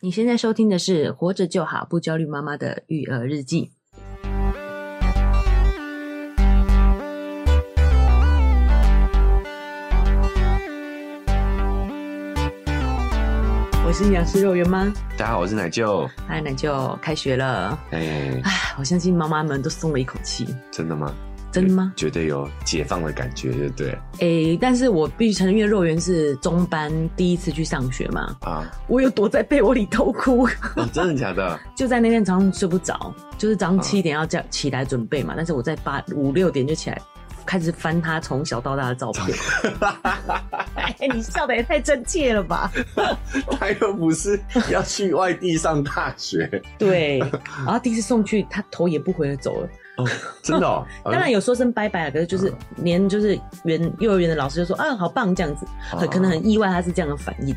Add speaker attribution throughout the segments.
Speaker 1: 你现在收听的是《活着就好，不焦虑妈妈的育儿日记》。我是营养师肉圆妈，
Speaker 2: 大家好，我是奶舅。
Speaker 1: 哎，那就开学了，
Speaker 2: 哎、
Speaker 1: 哎，我相信妈妈们都松了一口气，
Speaker 2: 真的吗？
Speaker 1: 真的吗？
Speaker 2: 觉得有解放的感觉，对不对？
Speaker 1: 哎，但是我必须承认，因为肉圆是中班第一次去上学嘛，
Speaker 2: 啊，
Speaker 1: 我有躲在被窝里偷哭。
Speaker 2: 哦，真的假的？
Speaker 1: 就在那天早上睡不着，就是早上七点要叫起来准备嘛，但是我在八五六点就起来。开始翻他从小到大的照片， 哎，你笑的也太真切了吧？
Speaker 2: 他又不是要去外地上大学，
Speaker 1: 对，然后第一次送去，他头也不回的走了。
Speaker 2: 哦，真的 哦。
Speaker 1: 当然有说声拜拜啊，可是就是连就是原幼儿园的老师就说啊，好棒这样子，很可能很意外他是这样的反应，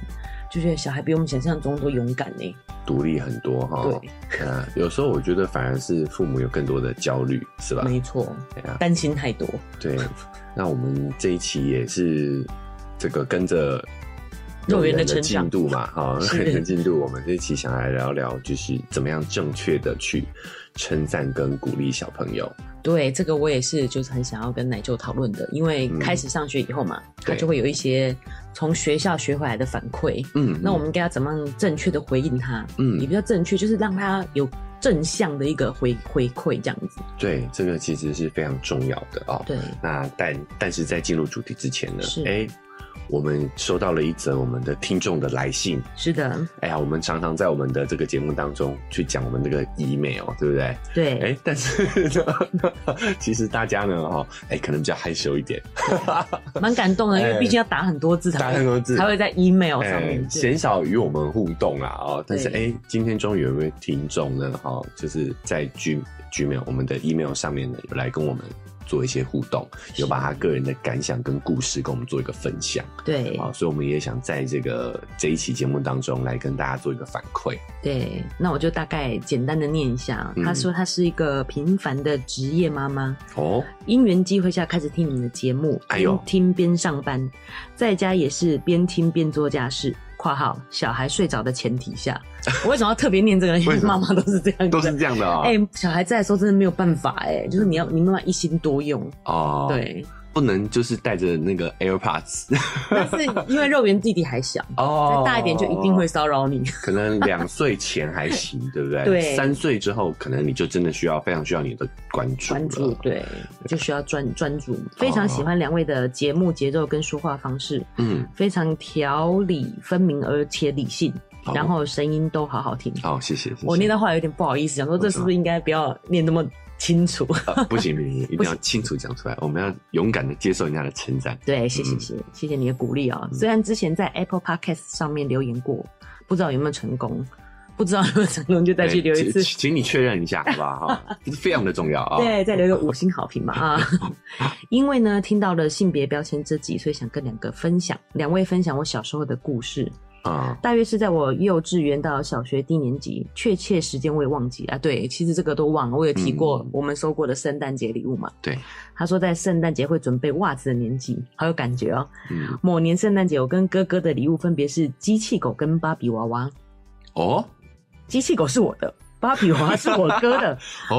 Speaker 1: 就觉得小孩比我们想象中多勇敢呢。
Speaker 2: 独立很多哈、
Speaker 1: 对，
Speaker 2: 啊，有时候我觉得反而是父母有更多的焦虑，是吧？
Speaker 1: 没错，
Speaker 2: 对啊，
Speaker 1: 担心太多。
Speaker 2: 对。那我们这一期也是这个跟着
Speaker 1: 肉圆的
Speaker 2: 的
Speaker 1: 成长
Speaker 2: 进度嘛，哈，肉
Speaker 1: 是
Speaker 2: 圆的进度，我们这一期想来聊聊，就是怎么样正确的去称赞跟鼓励小朋友。
Speaker 1: 对，这个我也是，就是很想要跟奶舅讨论的，因为开始上学以后嘛，他
Speaker 2: 嗯对
Speaker 1: 就会有一些从学校学回来的反馈。
Speaker 2: 嗯，
Speaker 1: 那我们应该要怎么样正确的回应他？
Speaker 2: 嗯
Speaker 1: 也比较正确，就是让他有正向的一个回回馈，这样子。
Speaker 2: 对，这个其实是非常重要的哦。
Speaker 1: 对，
Speaker 2: 那但但是在进入主题之前呢
Speaker 1: 是，
Speaker 2: 哎，我们收到了一则我们的听众的来信。
Speaker 1: 是的，
Speaker 2: 哎呀，我们常常在我们的这个节目当中去讲我们这个 email，对不对？
Speaker 1: 对，
Speaker 2: 哎，但是 呢，其实大家呢，哦，哎，可能比较害羞一点，
Speaker 1: 蛮感动的，因为
Speaker 2: 哎
Speaker 1: 毕竟要打很多字才会
Speaker 2: 打很多字
Speaker 1: 才会在 email 上
Speaker 2: 哎
Speaker 1: 面。，对
Speaker 2: 鲜少与我们互动啦哦。但是
Speaker 1: 对
Speaker 2: 哎，今天终于有一位听众呢，哦，就是在 G Gmail 我们的 email 上面呢，有来跟我们做一些互动，
Speaker 1: 是
Speaker 2: 有把他个人的感想跟故事跟我们做一个分享
Speaker 1: 对
Speaker 2: 啊、所以我们也想在这个这一期节目当中来跟大家做一个反馈。
Speaker 1: 对，那我就大概简单的念一下。
Speaker 2: 嗯
Speaker 1: 他说他是一个平凡的职业妈妈，
Speaker 2: 哦，
Speaker 1: 因缘机会下开始听你们的节目，
Speaker 2: 哎
Speaker 1: 边
Speaker 2: 呦
Speaker 1: 听边上班，在家也是边听边做家事。（括号小孩睡着的前提下） 我为什么要特别念这个呢？因为
Speaker 2: 为什
Speaker 1: 妈
Speaker 2: 么
Speaker 1: 妈都是这样，
Speaker 2: 都是。这样的啊、哦
Speaker 1: 哎、小孩在的时候真的没有办法哎、就是你要你妈妈一心多用，
Speaker 2: 哦，，
Speaker 1: 对。
Speaker 2: 不能就是带着那个 AirPods
Speaker 1: 但是因为肉圆弟弟还小，
Speaker 2: 哦
Speaker 1: 再，大一点就一定会，骚扰你。
Speaker 2: 可能两岁前还 行，对不对？
Speaker 1: 对
Speaker 2: 三岁之后可能你就真的需要非常需要你的关注了
Speaker 1: 专注， 对，就需要专专注。非常喜欢两位的节目节奏跟说话方式，
Speaker 2: 嗯，
Speaker 1: 非常条理分明而且理性，
Speaker 2: 好
Speaker 1: 然后声音都好好听。
Speaker 2: 好，谢谢，谢谢
Speaker 1: 我念到后来有点不好意思，想说这是不是应该不要念那么清 楚？
Speaker 2: 呃不行不行，一定要清楚讲出来，我们要勇敢的接受人家的称赞，
Speaker 1: 对，谢谢
Speaker 2: 嗯
Speaker 1: 谢谢谢谢你的鼓励啊、虽然之前在 Apple Podcast 上面留言过，不知道有没有成功，不知道有没有成功就再去留一次
Speaker 2: 哎请。请请你确认一 下，好不好？哈，这非常的重要啊。嗯
Speaker 1: 对，再留个五星好评嘛啊！ 因为呢，听到了性别标签这集，所以想跟两个分享，两位分享我小时候的故事。
Speaker 2: 啊，
Speaker 1: 大约是在我幼稚园到小学低年级，确切时间我也忘记啊。对，其实这个都忘了，我有提过
Speaker 2: 嗯
Speaker 1: 我们收过的圣诞节礼物嘛。
Speaker 2: 对，
Speaker 1: 他说在圣诞节会准备袜子的年纪，好有感觉哦。
Speaker 2: 嗯，
Speaker 1: 某年圣诞节，我跟哥哥的礼物分别是机器狗跟芭比娃娃。
Speaker 2: 哦
Speaker 1: 机器狗是我的，芭比娃娃是我哥的。
Speaker 2: 哦，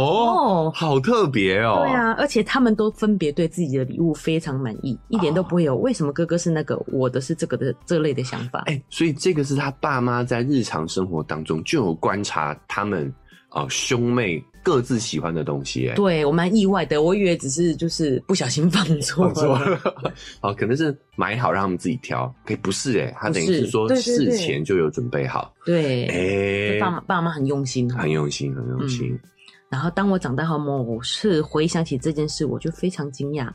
Speaker 1: 哦，
Speaker 2: 好特别哦。
Speaker 1: 对，啊，而且他们都分别对自己的礼物非常满意，一点都
Speaker 2: 哦
Speaker 1: 不会有为什么哥哥是那个，我的是这个的这类的想法。
Speaker 2: 哎，所以这个是他爸妈在日常生活当中就有观察他们啊兄妹各自喜欢的东西，哎。
Speaker 1: 对我蛮意外的，我以为只是就是不小心 放错
Speaker 2: 放错
Speaker 1: 了。
Speaker 2: 了， 哦，可能是买好让他们自己挑，可以不是哎、他等于
Speaker 1: 不是
Speaker 2: 是说
Speaker 1: 对对对
Speaker 2: 事前就有准备好，
Speaker 1: 对，
Speaker 2: 哎、
Speaker 1: 爸妈爸妈很用心哦。
Speaker 2: 很用心，很用心。
Speaker 1: 嗯然后当我长大后，某次回想起这件事，我就非常惊讶。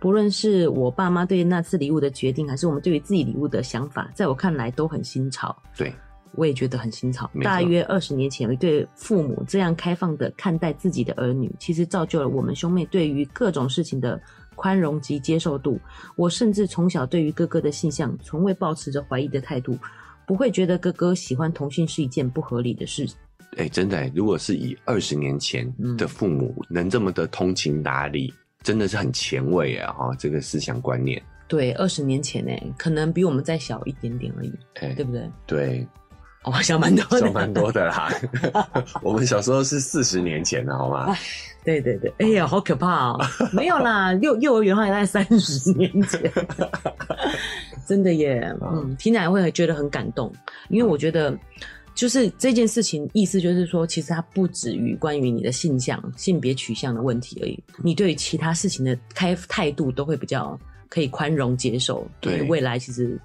Speaker 1: 不论是我爸妈对那次礼物的决定，还是我们对于自己礼物的想法，在我看来都很新潮。
Speaker 2: 对，
Speaker 1: 我也觉得很新潮。
Speaker 2: 没错
Speaker 1: 大约二十年前，有一对父母这样开放的看待自己的儿女，其实造就了我们兄妹对于各种事情的宽容及接受度。我甚至从小对于哥哥的性向，从未抱持着怀疑的态度，不会觉得哥哥喜欢同性是一件不合理的事。
Speaker 2: 哎、真的、哎，如果是以二十年前
Speaker 1: 嗯
Speaker 2: 的父母能这么的通情达理，真的是很前卫哎哈，这个思想观念，
Speaker 1: 欸对，二十年前呢，可能比我们再小一点点而已，
Speaker 2: 哎、
Speaker 1: 对不对？
Speaker 2: 对，
Speaker 1: 哦，小蛮多的，
Speaker 2: 算蛮多 的啦。 我们小时候是四十年前的好吗？
Speaker 1: 对对对，哎呀，好可怕哦！没有啦，幼幼儿园的话也在三十年前，真的耶。嗯，听来会觉得很感动，因为我觉得就是这件事情，意思就是说，其实它不止于关于你的性向、性别取向的问题而已，你对于其他事情的开态度都会比较可以宽容接受。
Speaker 2: 对
Speaker 1: 未来其实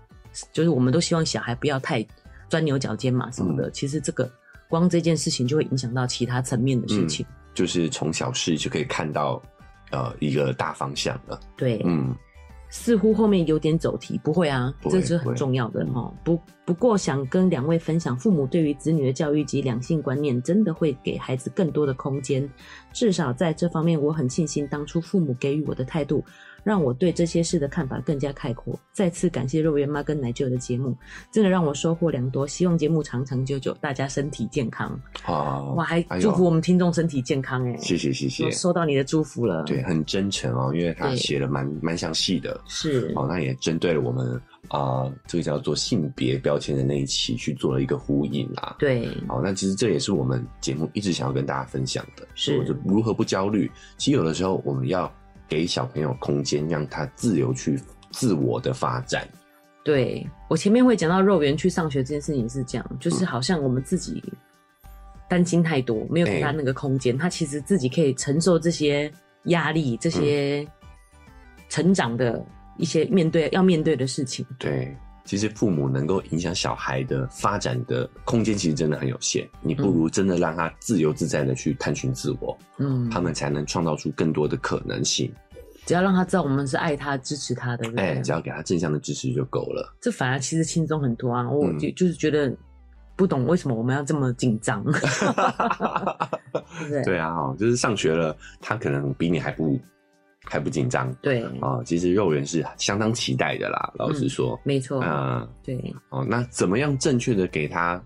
Speaker 1: 就是我们都希望小孩不要太钻牛角尖嘛什么的。其实这个光这件事情就会影响到其他层面的事情。
Speaker 2: 就是从小事就可以看到呃一个大方向了。
Speaker 1: 对，
Speaker 2: 嗯，
Speaker 1: 似乎后面有点走题，不会啊，
Speaker 2: 不会
Speaker 1: 这是很重要的哦。不不过想跟两位分享，父母对于子女的教育及两性观念，真的会给孩子更多的空间。至少在这方面，我很庆幸当初父母给予我的态度，让我对这些事的看法更加开阔。再次感谢肉圆妈跟奶舅的节目，真的让我收获良多。希望节目长长久久，大家身体健康。
Speaker 2: 哦，
Speaker 1: 哇，还
Speaker 2: 哎呦
Speaker 1: 祝福我们听众身体健康哎、
Speaker 2: 谢谢谢谢
Speaker 1: 我，收到你的祝福了。
Speaker 2: 对，，很真诚哦，因为他
Speaker 1: 对
Speaker 2: 写的蛮蛮详细的。
Speaker 1: 是
Speaker 2: 哦，那也针对了我们啊、这个叫做性别标签的那一期去做了一个呼应啦。
Speaker 1: 对，
Speaker 2: 好，那其实这也是我们节目一直想要跟大家分享的，
Speaker 1: 是
Speaker 2: 我就如何不焦虑。其实有的时候我们要给小朋友空间，让他自由去自我的发展。
Speaker 1: 对我前面会讲到肉圆去上学这件事情是这样，
Speaker 2: 嗯
Speaker 1: 就是好像我们自己担心太多，没有给
Speaker 2: 哎
Speaker 1: 他那个空间，他其实自己可以承受这些压力、这些
Speaker 2: 嗯
Speaker 1: 成长的一些面对要面对的事情。
Speaker 2: 对，其实父母能够影响小孩的发展的空间，其实真的很有限。你不如真的让他自由自在的去探寻自我，
Speaker 1: 嗯，
Speaker 2: 他们才能创造出更多的可能性。
Speaker 1: 只要让他知道我们是爱他、支持他的，对不对
Speaker 2: 哎、只要给他正向的支持就够 了。
Speaker 1: 这反而其实轻松很多啊。我
Speaker 2: 嗯
Speaker 1: 就、就是觉得不懂为什么我们要这么紧 张，对不对？
Speaker 2: 对啊，哦就是上学了，他可能比你还不还不紧张
Speaker 1: 对，
Speaker 2: 啊、哦其实肉圆是相当期待的
Speaker 1: 嗯
Speaker 2: 啦，老实说，
Speaker 1: 没错，
Speaker 2: 啊、
Speaker 1: 对
Speaker 2: 哦，那怎么样正确的给他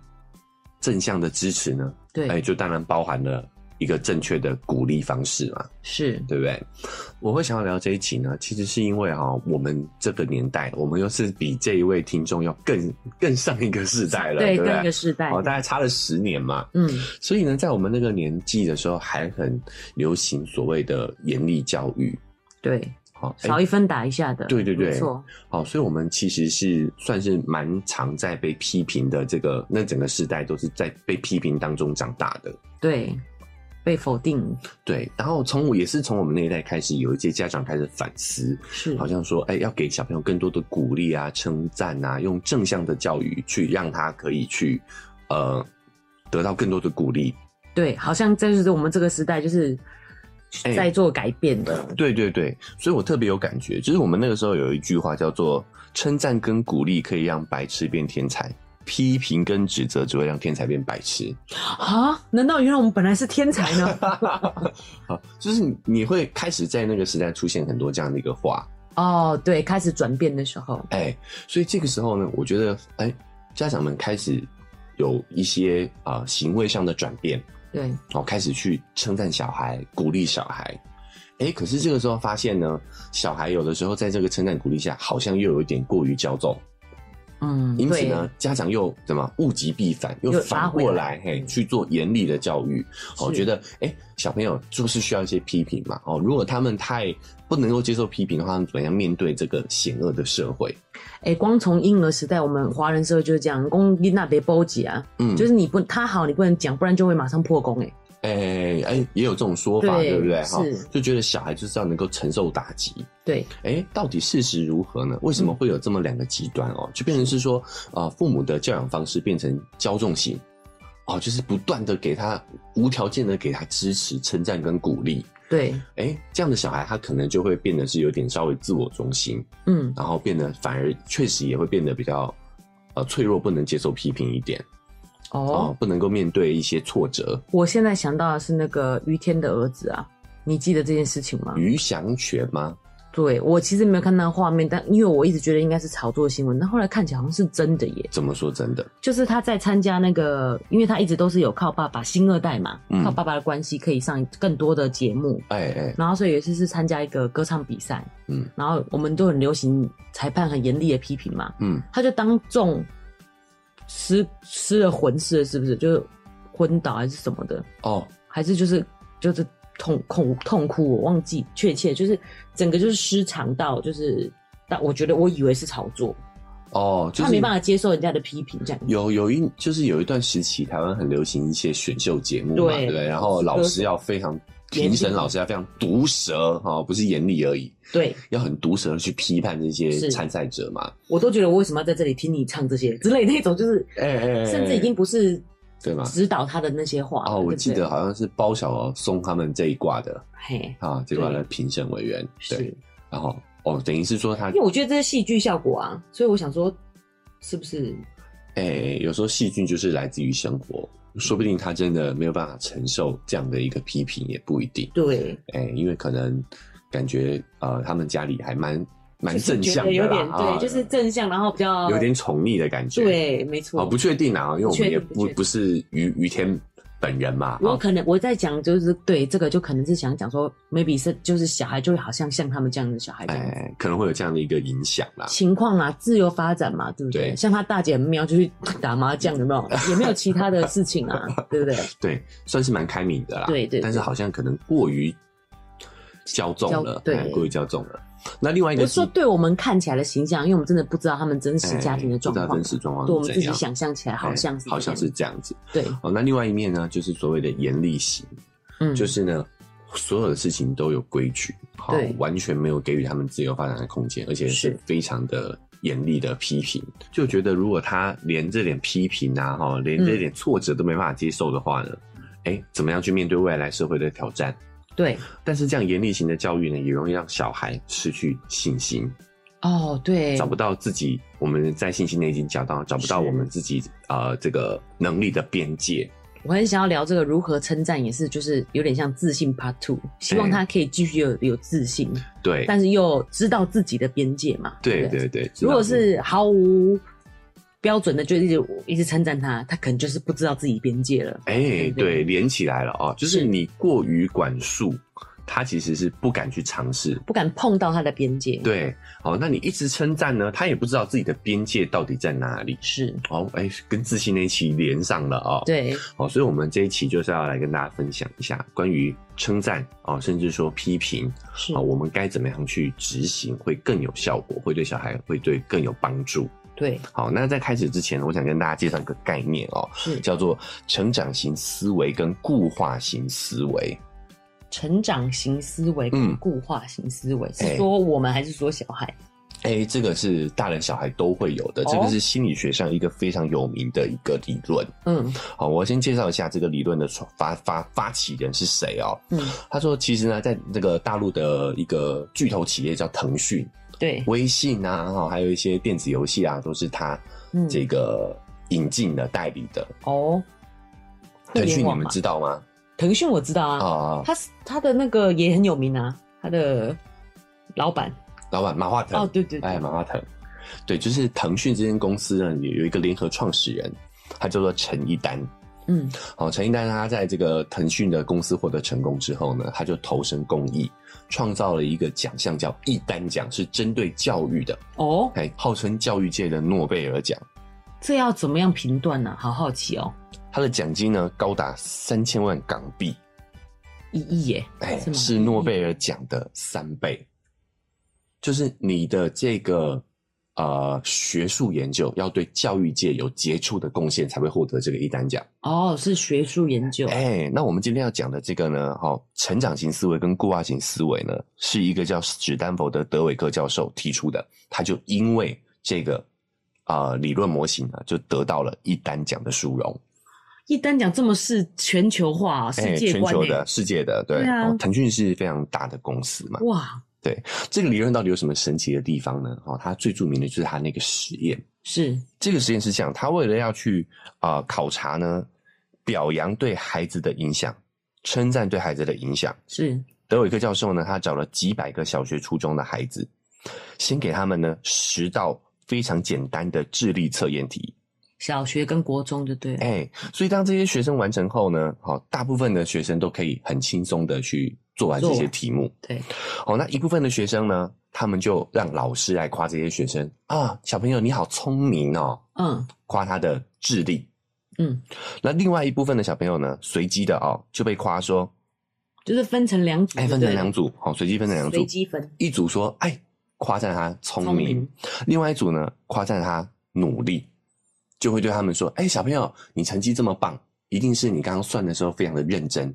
Speaker 2: 正向的支持呢？
Speaker 1: 对、
Speaker 2: 哎，就当然包含了一个正确的鼓励方式嘛，
Speaker 1: 是，
Speaker 2: 对不对？我会想要聊这一集呢，其实是因为哈、我们这个年代，我们又是比这一位听众要更更上一个世代了，对
Speaker 1: 对，
Speaker 2: 不
Speaker 1: 跟一个
Speaker 2: 对？
Speaker 1: 世代，
Speaker 2: 哦，大概差了十年嘛，
Speaker 1: 嗯，
Speaker 2: 所以呢，在我们那个年纪的时候，还很流行所谓的严厉教育。
Speaker 1: 对。
Speaker 2: 好、哦，哎
Speaker 1: 少一分打一下的，
Speaker 2: 对对对
Speaker 1: 没错，
Speaker 2: 好，所以我们其实是算是蛮常在被批评的这个，那整个世代都是在被批评当中长大的。
Speaker 1: 对，被否定
Speaker 2: 对，然后从我也是从我们那一代开始，有一些家长开始反思，
Speaker 1: 是
Speaker 2: 好像说，哎、要给小朋友更多的鼓励啊、称赞啊，用正向的教育去让他可以去，呃，得到更多的鼓励。
Speaker 1: 对，好像这就是我们这个时代就是
Speaker 2: 哎
Speaker 1: 在做改变的，
Speaker 2: 对对对，所以我特别有感觉，就是我们那个时候有一句话叫做“称赞跟鼓励可以让白痴变天才，批评跟指责只会让天才变白痴”。
Speaker 1: 啊？难道原来我们本来是天才呢？
Speaker 2: 好，就是你你会开始在那个时代出现很多这样的一个话，
Speaker 1: 哦，对，开始转变的时候，
Speaker 2: 哎、所以这个时候呢，我觉得，哎、家长们开始有一些啊、呃行为上的转变，
Speaker 1: 对，
Speaker 2: 哦，开始去称赞小孩，鼓励小孩。哎、可是这个时候发现呢，小孩有的时候在这个称赞鼓励下，好像又有一点过于骄纵，
Speaker 1: 嗯，
Speaker 2: 因此
Speaker 1: 对
Speaker 2: 呢，，家长又怎么物极必反，又
Speaker 1: 又
Speaker 2: 反
Speaker 1: 拉回
Speaker 2: 过
Speaker 1: 来
Speaker 2: 来嘿
Speaker 1: 嗯
Speaker 2: 去做严厉的教育。哦，
Speaker 1: 是
Speaker 2: 觉得哎、诶小朋友就是需要一些批评嘛。哦，如果他们太不能够接受批评的话，他们怎么样面对这个险恶的社会？
Speaker 1: 哎，光从婴儿时代，我们华人社会就是这样，公你那别波及啊，
Speaker 2: 嗯，
Speaker 1: 就是你不他好，你不能讲，不然就会马上破功，哎，
Speaker 2: 哎哎、也有这种说法，
Speaker 1: 对
Speaker 2: 对不对？哈
Speaker 1: 是，
Speaker 2: 就觉得小孩就是要能够承受打击。
Speaker 1: 对，
Speaker 2: 哎、到底事实如何呢？为什
Speaker 1: 嗯
Speaker 2: 么会有这么两个极端哦？就变成是说，啊、父母的教养方式变成骄纵型，哦，就是不断的给他无条件的给他支持、称赞跟鼓励。
Speaker 1: 对，
Speaker 2: 哎、这样的小孩他可能就会变得是有点稍微自我中心，
Speaker 1: 嗯，
Speaker 2: 然后变得反而确实也会变得比较，呃，脆弱，不能接受批评一点哦、
Speaker 1: 哦，
Speaker 2: 不能够面对一些挫折。
Speaker 1: 我现在想到的是那个于天的儿子啊，你记得这件事情吗？
Speaker 2: 于祥全吗？
Speaker 1: 对我其实没有看到画面，但因为我一直觉得应该是炒作新闻，但后来看起来好像是真的耶。
Speaker 2: 怎么说真的？
Speaker 1: 就是他在参加那个，因为他一直都是有靠爸爸新二代嘛，
Speaker 2: 嗯
Speaker 1: 靠爸爸的关系可以上更多的节目，
Speaker 2: 哎、哎、
Speaker 1: 然后所以有一次是参加一个歌唱比赛，
Speaker 2: 嗯
Speaker 1: 然后我们都很流行裁判很严厉的批评嘛，
Speaker 2: 嗯，
Speaker 1: 他就当众失失了魂似的，是不是？就是昏倒还是什么的，
Speaker 2: 哦，
Speaker 1: 还是就是就是痛痛痛哭，我忘记确切，就是整个就是失常到就是，但我觉得我以为是炒作，
Speaker 2: 哦，就是
Speaker 1: 他没办法接受人家的批评，这样
Speaker 2: 有有一就是有一段时期，台湾很流行一些选秀节目嘛，
Speaker 1: 对
Speaker 2: 对不对？然后老师要非常
Speaker 1: 严厉
Speaker 2: 评审，老师要非常毒舌哈、哦，不是严厉而已，
Speaker 1: 对
Speaker 2: 要很毒舌地去批判这些
Speaker 1: 是
Speaker 2: 参赛者嘛。
Speaker 1: 我都觉得我为什么要在这里听你唱这些之类那种，就是
Speaker 2: 哎哎哎
Speaker 1: 甚至已经不是
Speaker 2: 对吗
Speaker 1: 指导他的那些话了
Speaker 2: 哦，我记，
Speaker 1: 对
Speaker 2: 得
Speaker 1: 不对
Speaker 2: 好像是包小娥送他们这一挂的
Speaker 1: 嘿，
Speaker 2: 啊，这挂
Speaker 1: 对
Speaker 2: 的评审委员
Speaker 1: 是
Speaker 2: 对，然后哦，等于是说他
Speaker 1: 因为我觉得这是戏剧效果啊，所以我想说，是不是
Speaker 2: 哎、有时候细菌就是来自于生活，说不定他真的没有办法承受这样的一个批评，也不一定。
Speaker 1: 对？
Speaker 2: 哎、因为可能感觉呃，他们家里还蛮蛮
Speaker 1: 就是
Speaker 2: 正
Speaker 1: 觉
Speaker 2: 向
Speaker 1: 得
Speaker 2: 的
Speaker 1: 有
Speaker 2: 啦，
Speaker 1: 点
Speaker 2: 啊
Speaker 1: 对，就是正向，然后比较
Speaker 2: 有点宠溺的感觉。
Speaker 1: 对，没
Speaker 2: 啊、
Speaker 1: 错，
Speaker 2: 不确定啊，因为我
Speaker 1: 不确
Speaker 2: 们
Speaker 1: 定
Speaker 2: 也
Speaker 1: 不
Speaker 2: 不
Speaker 1: 确定
Speaker 2: 不是于于天本人嘛。
Speaker 1: 我
Speaker 2: 啊
Speaker 1: 可能我在讲就是对这个，就可能是想讲说，maybe 是就是小孩就会好像像他们这样的小孩这
Speaker 2: 哎、
Speaker 1: 样子
Speaker 2: 可能会有这样的一个影响啦。
Speaker 1: 情况啦，自由发展嘛，对不对？
Speaker 2: 对
Speaker 1: 像他大姐很妙就去打麻将，有没 有？也没有其他的事情啊，对不对？
Speaker 2: 对，算是蛮开明的啦。
Speaker 1: 对对对
Speaker 2: 但是好像可能过于骄纵
Speaker 1: 骄
Speaker 2: 了，
Speaker 1: 对
Speaker 2: 哎过于骄纵了。那另外一
Speaker 1: 不
Speaker 2: 个
Speaker 1: 是说对我们看起来的形象，因为我们真的不知道他们真实
Speaker 2: 哎
Speaker 1: 家庭的状
Speaker 2: 不知道
Speaker 1: 况
Speaker 2: 真，实状况
Speaker 1: 对我们
Speaker 2: 是
Speaker 1: 自
Speaker 2: 怎
Speaker 1: 己
Speaker 2: 样
Speaker 1: 想象起来好像是
Speaker 2: 哎好像
Speaker 1: 这
Speaker 2: 是
Speaker 1: 样
Speaker 2: 这样子。
Speaker 1: 对，
Speaker 2: 哦，那另外一面呢，就是所谓的严厉型，
Speaker 1: 嗯，
Speaker 2: 就是呢，所有的事情都有规矩，好
Speaker 1: 对，
Speaker 2: 完全没有给予他们自由发展的空间，而且是
Speaker 1: 是嗯
Speaker 2: 非常的严厉的批评。就觉得如果他连这点批评啊，哈，连这点挫折都没办法接受的话呢，
Speaker 1: 嗯
Speaker 2: 哎、怎么样去面对未来社会的挑战？
Speaker 1: 对，
Speaker 2: 但是这样严厉型的教育呢，也容易让小孩失去信心，
Speaker 1: 哦，对，
Speaker 2: 找不到自己。我们在信心内已经讲到，找不到
Speaker 1: 是
Speaker 2: 我们自己呃这个能力的边界。
Speaker 1: 我很想要聊这个如何称赞，也是就是有点像自信 Part Two，希
Speaker 2: 哎
Speaker 1: 望他可以继续有有自信，
Speaker 2: 对，
Speaker 1: 但是又知道自己的边界嘛。
Speaker 2: 对
Speaker 1: 不
Speaker 2: 对对，知
Speaker 1: 如
Speaker 2: 道
Speaker 1: 果是毫无标准的，就一直一直称赞他，他可能就是不知道自己边界了。
Speaker 2: 哎、
Speaker 1: 对不对
Speaker 2: 对，连起来了哦，就是
Speaker 1: 是
Speaker 2: 你过于管束，他其实是不敢去尝试。
Speaker 1: 不敢碰到他的边界。，
Speaker 2: 对，好、那你一直称赞呢，他也不知道自己的边界到底在哪里。
Speaker 1: 是，
Speaker 2: 哦，哎、跟自信那一期连上了哦。，
Speaker 1: 对，
Speaker 2: 好、所以我们这一期就是要来跟大家分享一下关于称赞哦，甚至说批评
Speaker 1: 是
Speaker 2: 啊、哦，我们该怎么样去执行会更有效果，会对小孩会对更有帮助。
Speaker 1: 对，
Speaker 2: 好，那在开始之前，我想跟大家介绍一个概念哦，
Speaker 1: 是
Speaker 2: 叫做成长型思维跟固化型思维。
Speaker 1: 成长型思维跟
Speaker 2: 嗯
Speaker 1: 固化型思维，
Speaker 2: 哎
Speaker 1: 是说我们还是说小孩？
Speaker 2: 哎、这个是大人小孩都会有的，
Speaker 1: 哦
Speaker 2: 这个是心理学上一个非常有名的一个理论。
Speaker 1: 嗯
Speaker 2: 好，我先介绍一下这个理论的创发发发起人是谁哦。
Speaker 1: 嗯，
Speaker 2: 他说，其实呢，在这个大陆的一个巨头企业叫腾讯、
Speaker 1: 对，
Speaker 2: 微信啊，哈，还有一些电子游戏啊，都是他
Speaker 1: 嗯
Speaker 2: 这个引进的代理的。
Speaker 1: 哦，互
Speaker 2: 腾
Speaker 1: 联
Speaker 2: 讯你
Speaker 1: 网
Speaker 2: 们
Speaker 1: 嘛
Speaker 2: 知道吗？
Speaker 1: 腾讯我知道啊，
Speaker 2: 啊、
Speaker 1: 他是他的那个也很有名啊，他的老板
Speaker 2: 老板马化腾
Speaker 1: 哦，对对对
Speaker 2: 哎，，马化腾，对，就是腾讯这间公司呢，有有一个联合创始人，他叫做陈一丹。
Speaker 1: 嗯，
Speaker 2: 好，陈一丹他在这个腾讯的公司获得成功之后呢，他就投身公益，创造了一个奖项叫一丹奖，是针对教育的，
Speaker 1: 哦，
Speaker 2: 哎，号称教育界的诺贝尔奖。
Speaker 1: 这要怎么样评断呢？好好奇哦，
Speaker 2: 他的奖金呢高达三千万港币，
Speaker 1: 一亿耶，
Speaker 2: 哎，
Speaker 1: 是吗？
Speaker 2: 是诺贝尔奖的三倍，就是你的这个呃学术研究要对教育界有杰出的贡献，才会获得这个一单奖。
Speaker 1: 哦，是学术研究，
Speaker 2: 哎，那我们今天要讲的这个呢，哈、成长型思维跟固化型思维呢，是一个叫史丹佛的德韦克教授提出的，他就因为这个啊、呃理论模型啊，就得到了一单奖的殊荣。
Speaker 1: 一单讲这么是全球化、啊，世
Speaker 2: 哎，
Speaker 1: 界
Speaker 2: 全
Speaker 1: 观
Speaker 2: 球
Speaker 1: 耶
Speaker 2: 的、世界的，对，
Speaker 1: 对啊
Speaker 2: 哦腾讯是非常大的公司嘛，
Speaker 1: 哇，
Speaker 2: 这个理论到底有什么神奇的地方呢？哦，它最著名的就是它那个实验。
Speaker 1: 是
Speaker 2: 这个实验是这样，它为了要去啊、呃考察呢，表扬对孩子的影响，称赞对孩子的影响。
Speaker 1: 是，
Speaker 2: 德韦克教授呢，他找了几百个小学、初中的孩子，先给他们呢十道非常简单的智力测验题。哎
Speaker 1: 小学跟国中就对了，
Speaker 2: 哦哎，所以当这些学生完成后呢，好、大部分的学生都可以很轻松的去做完这
Speaker 1: 做
Speaker 2: 些
Speaker 1: 完
Speaker 2: 题目。
Speaker 1: 对，
Speaker 2: 好，哦那一部分的学生呢，他们就让老师来夸这些学生啊，小朋友你好聪明哦，
Speaker 1: 嗯
Speaker 2: 夸他的智力。
Speaker 1: 嗯，
Speaker 2: 那另外一部分的小朋友呢，随机的哦就被夸说，
Speaker 1: 就是分成两组，
Speaker 2: 哎，分成两组，好、随机分成两组
Speaker 1: 随，机分，
Speaker 2: 一组说哎夸赞他聪明，
Speaker 1: 聪明
Speaker 2: 另外一组呢夸赞他努力，就会对他们说，哎，小朋友你成绩这么棒，一定是你刚刚算的时候非常的认真，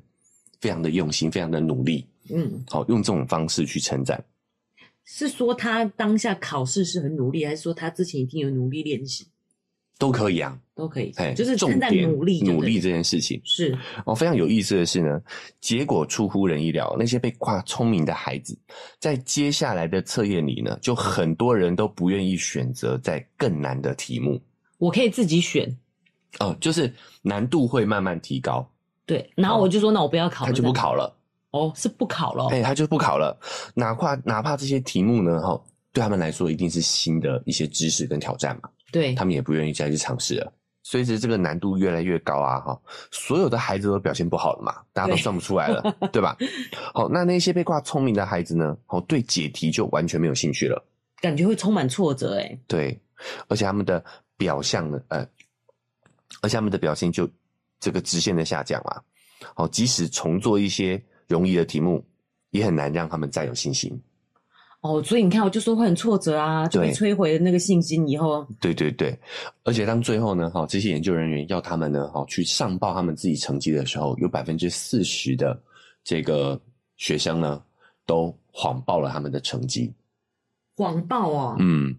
Speaker 2: 非常的用心，非常的努力，
Speaker 1: 嗯，
Speaker 2: 好、用这种方式去称赞。
Speaker 1: 是说他当下考试是很努力，还是说他之前一定有努力练习？
Speaker 2: 都可以啊，
Speaker 1: 都可以，
Speaker 2: 哎，
Speaker 1: 就是
Speaker 2: 重
Speaker 1: 称赞
Speaker 2: 点
Speaker 1: 努力就对了，
Speaker 2: 努力这件事情
Speaker 1: 是，
Speaker 2: 哦，非常有意思的是呢，结果出乎人意料，那些被夸聪明的孩子，在接下来的测验里呢，就很多人都不愿意选择在更难的题目
Speaker 1: 我可以自己选，
Speaker 2: 哦，就是难度会慢慢提高，
Speaker 1: 对，然后
Speaker 2: 哦
Speaker 1: 我就说那我不要考了，
Speaker 2: 他就不考了，
Speaker 1: 这样，哦，是不考了哦，
Speaker 2: 哎、他就不考了，哪怕哪怕这些题目呢，哈、对他们来说一定是新的一些知识跟挑战嘛。
Speaker 1: 对
Speaker 2: 他，们也不愿意再去尝试了。随着这个难度越来越高啊，哈，所有的孩子都表现不好了嘛，大家都
Speaker 1: 对
Speaker 2: 算不出来了，对吧？好，那那些被挂聪明的孩子呢，哦，对解题就完全没有兴趣了，
Speaker 1: 感觉会充满挫折，哎，
Speaker 2: 对，而且他们的表象呢，呃，而且他们的表现就这个直线的下降嘛，好，即使重做一些容易的题目，也很难让他们再有信心。
Speaker 1: 哦，所以你看，我就说会很挫折啊，就被
Speaker 2: 对
Speaker 1: 摧毁了那个信心以后，
Speaker 2: 对对对，而且当最后呢，哈、这些研究人员要他们呢，哈、去上报他们自己成绩的时候，有百分之四十的这个学生呢，都谎报了他们的成绩。
Speaker 1: 谎报哦，
Speaker 2: 嗯，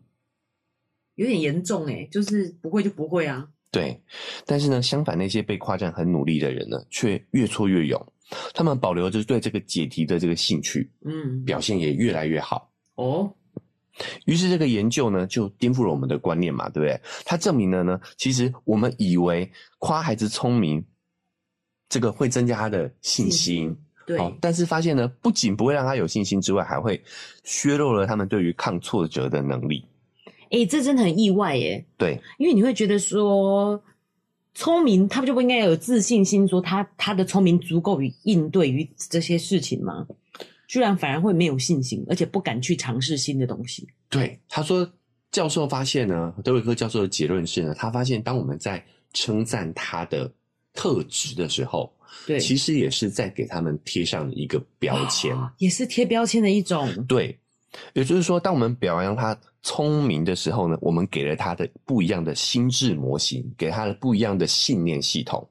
Speaker 1: 有点严重哎，就是不会就不会啊，
Speaker 2: 对。但是呢，相反那些被夸赞很努力的人呢，却越挫越勇，他们保留着对这个解题的这个兴趣，
Speaker 1: 嗯，
Speaker 2: 表现也越来越好。
Speaker 1: 哦，
Speaker 2: 于是这个研究呢，就颠覆了我们的观念嘛，对不对？它证明了呢，其实我们以为夸孩子聪明，这个会增加他的信心，
Speaker 1: 对，
Speaker 2: 哦但是发现呢，不仅不会让他有信心之外，还会削弱了他们对于抗挫折的能力。
Speaker 1: 哎，这真的很意外哎，
Speaker 2: 对
Speaker 1: 因为你会觉得说，聪明他就不应该有自信心，说他他的聪明足够于应对于这些事情吗？居然反而会没有信心，而且不敢去尝试新的东西。
Speaker 2: 对，他说，教授发现呢，德瑞克教授的结论是呢，他发现当我们在称赞他的特质的时候，
Speaker 1: 对，
Speaker 2: 其实也是在给他们贴上一个标签。
Speaker 1: 也是贴标签的一种。
Speaker 2: 对，也就是说，当我们表扬他聪明的时候呢，我们给了他的不一样的心智模型，给他的不一样的信念系统。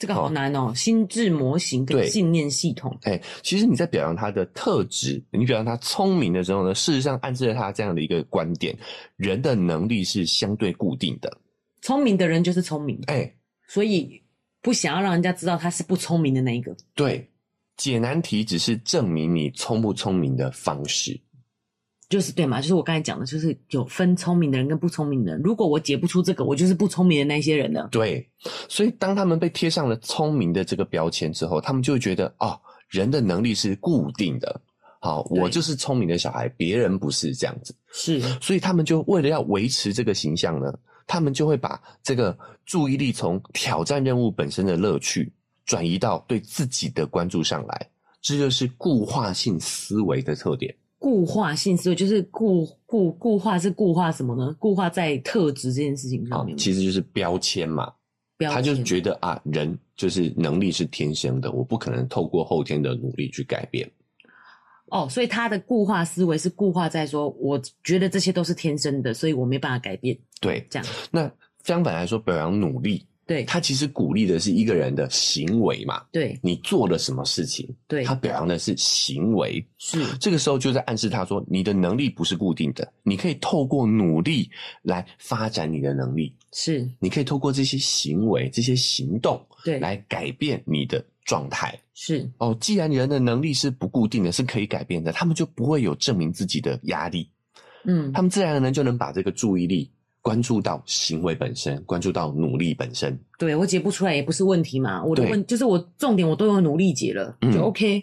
Speaker 1: 这个好难哦，心智模型跟
Speaker 2: 对
Speaker 1: 信念系统。
Speaker 2: 哎，其实你在表扬他的特质，你表扬他聪明的时候呢，事实上暗示了他这样的一个观点：人的能力是相对固定的。
Speaker 1: 聪明的人就是聪明，
Speaker 2: 哎，
Speaker 1: 所以不想要让人家知道他是不聪明的那一个。
Speaker 2: 对，解难题只是证明你聪不聪明的方式。
Speaker 1: 就是对嘛，就是我刚才讲的，就是有分聪明的人跟不聪明的人。如果我解不出这个，我就是不聪明的那些人了。
Speaker 2: 对，所以当他们被贴上了聪明的这个标签之后，他们就会觉得哦，人的能力是固定的，好、
Speaker 1: 对
Speaker 2: 我就是聪明的小孩，别人不是这样子，
Speaker 1: 是，
Speaker 2: 所以他们就为了要维持这个形象呢，他们就会把这个注意力从挑战任务本身的乐趣转移到对自己的关注上来，这就是固化性思维的特点。
Speaker 1: 固化性思维就是固固固化是固化什么呢？固化在特质这件事情
Speaker 2: 啊
Speaker 1: 上，面嘛。
Speaker 2: 其实就是标签嘛，
Speaker 1: 嗯标
Speaker 2: 他就
Speaker 1: 签
Speaker 2: 觉得啊，人就是能力是天生的，我不可能透过后天的努力去改变。
Speaker 1: 哦，所以他的固化思维是固化在说，我觉得这些都是天生的，所以我没办法改变。
Speaker 2: 对，
Speaker 1: 这样
Speaker 2: 那相反来说，表扬努力，
Speaker 1: 对
Speaker 2: 他其实鼓励的是一个人的行为嘛，
Speaker 1: 对
Speaker 2: 你做了什么事情，
Speaker 1: 对
Speaker 2: 他表扬的是行为。
Speaker 1: 是
Speaker 2: 这个时候就在暗示他说，你的能力不是固定的，你可以透过努力来发展你的能力，
Speaker 1: 是，
Speaker 2: 你可以透过这些行为、这些行动
Speaker 1: 对
Speaker 2: 来改变你的状态。
Speaker 1: 是
Speaker 2: 哦，既然人的能力是不固定的，是可以改变的，他们就不会有证明自己的压力，
Speaker 1: 嗯
Speaker 2: 他们自然而然就能把这个注意力关注到行为本身，关注到努力本身。
Speaker 1: 对我解不出来也不是问题嘛，我的
Speaker 2: 对
Speaker 1: 问就是我重点我都有努力解了，
Speaker 2: 嗯
Speaker 1: 就 OK，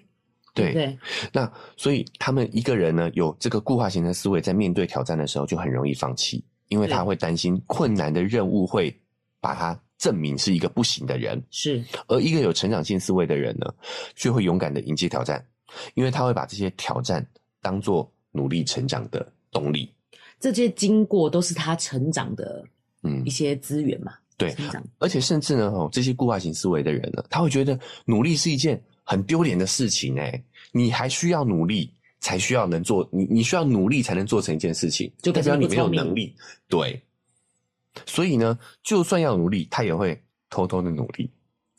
Speaker 1: 对
Speaker 2: 对，
Speaker 1: 对
Speaker 2: 那所以他们一个人呢，有这个固化型的思维，在面对挑战的时候就很容易放弃，因为
Speaker 1: 对
Speaker 2: 他会担心困难的任务会把他证明是一个不行的人，
Speaker 1: 是
Speaker 2: 而一个有成长性思维的人呢，却会勇敢的迎接挑战，因为他会把这些挑战当做努力成长的动力。
Speaker 1: 这些经过都是他成长的
Speaker 2: 嗯
Speaker 1: 一，些资源嘛，
Speaker 2: 对
Speaker 1: 成长
Speaker 2: 而且甚至呢，哦，这些固化型思维的人呢，他会觉得努力是一件很丢脸的事情、哎，你还需要努力，才需要能做，你你需要努力才能做成一件事情，
Speaker 1: 就
Speaker 2: 代
Speaker 1: 表示
Speaker 2: 表
Speaker 1: 你
Speaker 2: 你
Speaker 1: 不
Speaker 2: 没有
Speaker 1: 聪明
Speaker 2: 能力。对，所以呢，就算要努力，他也会偷偷的努力。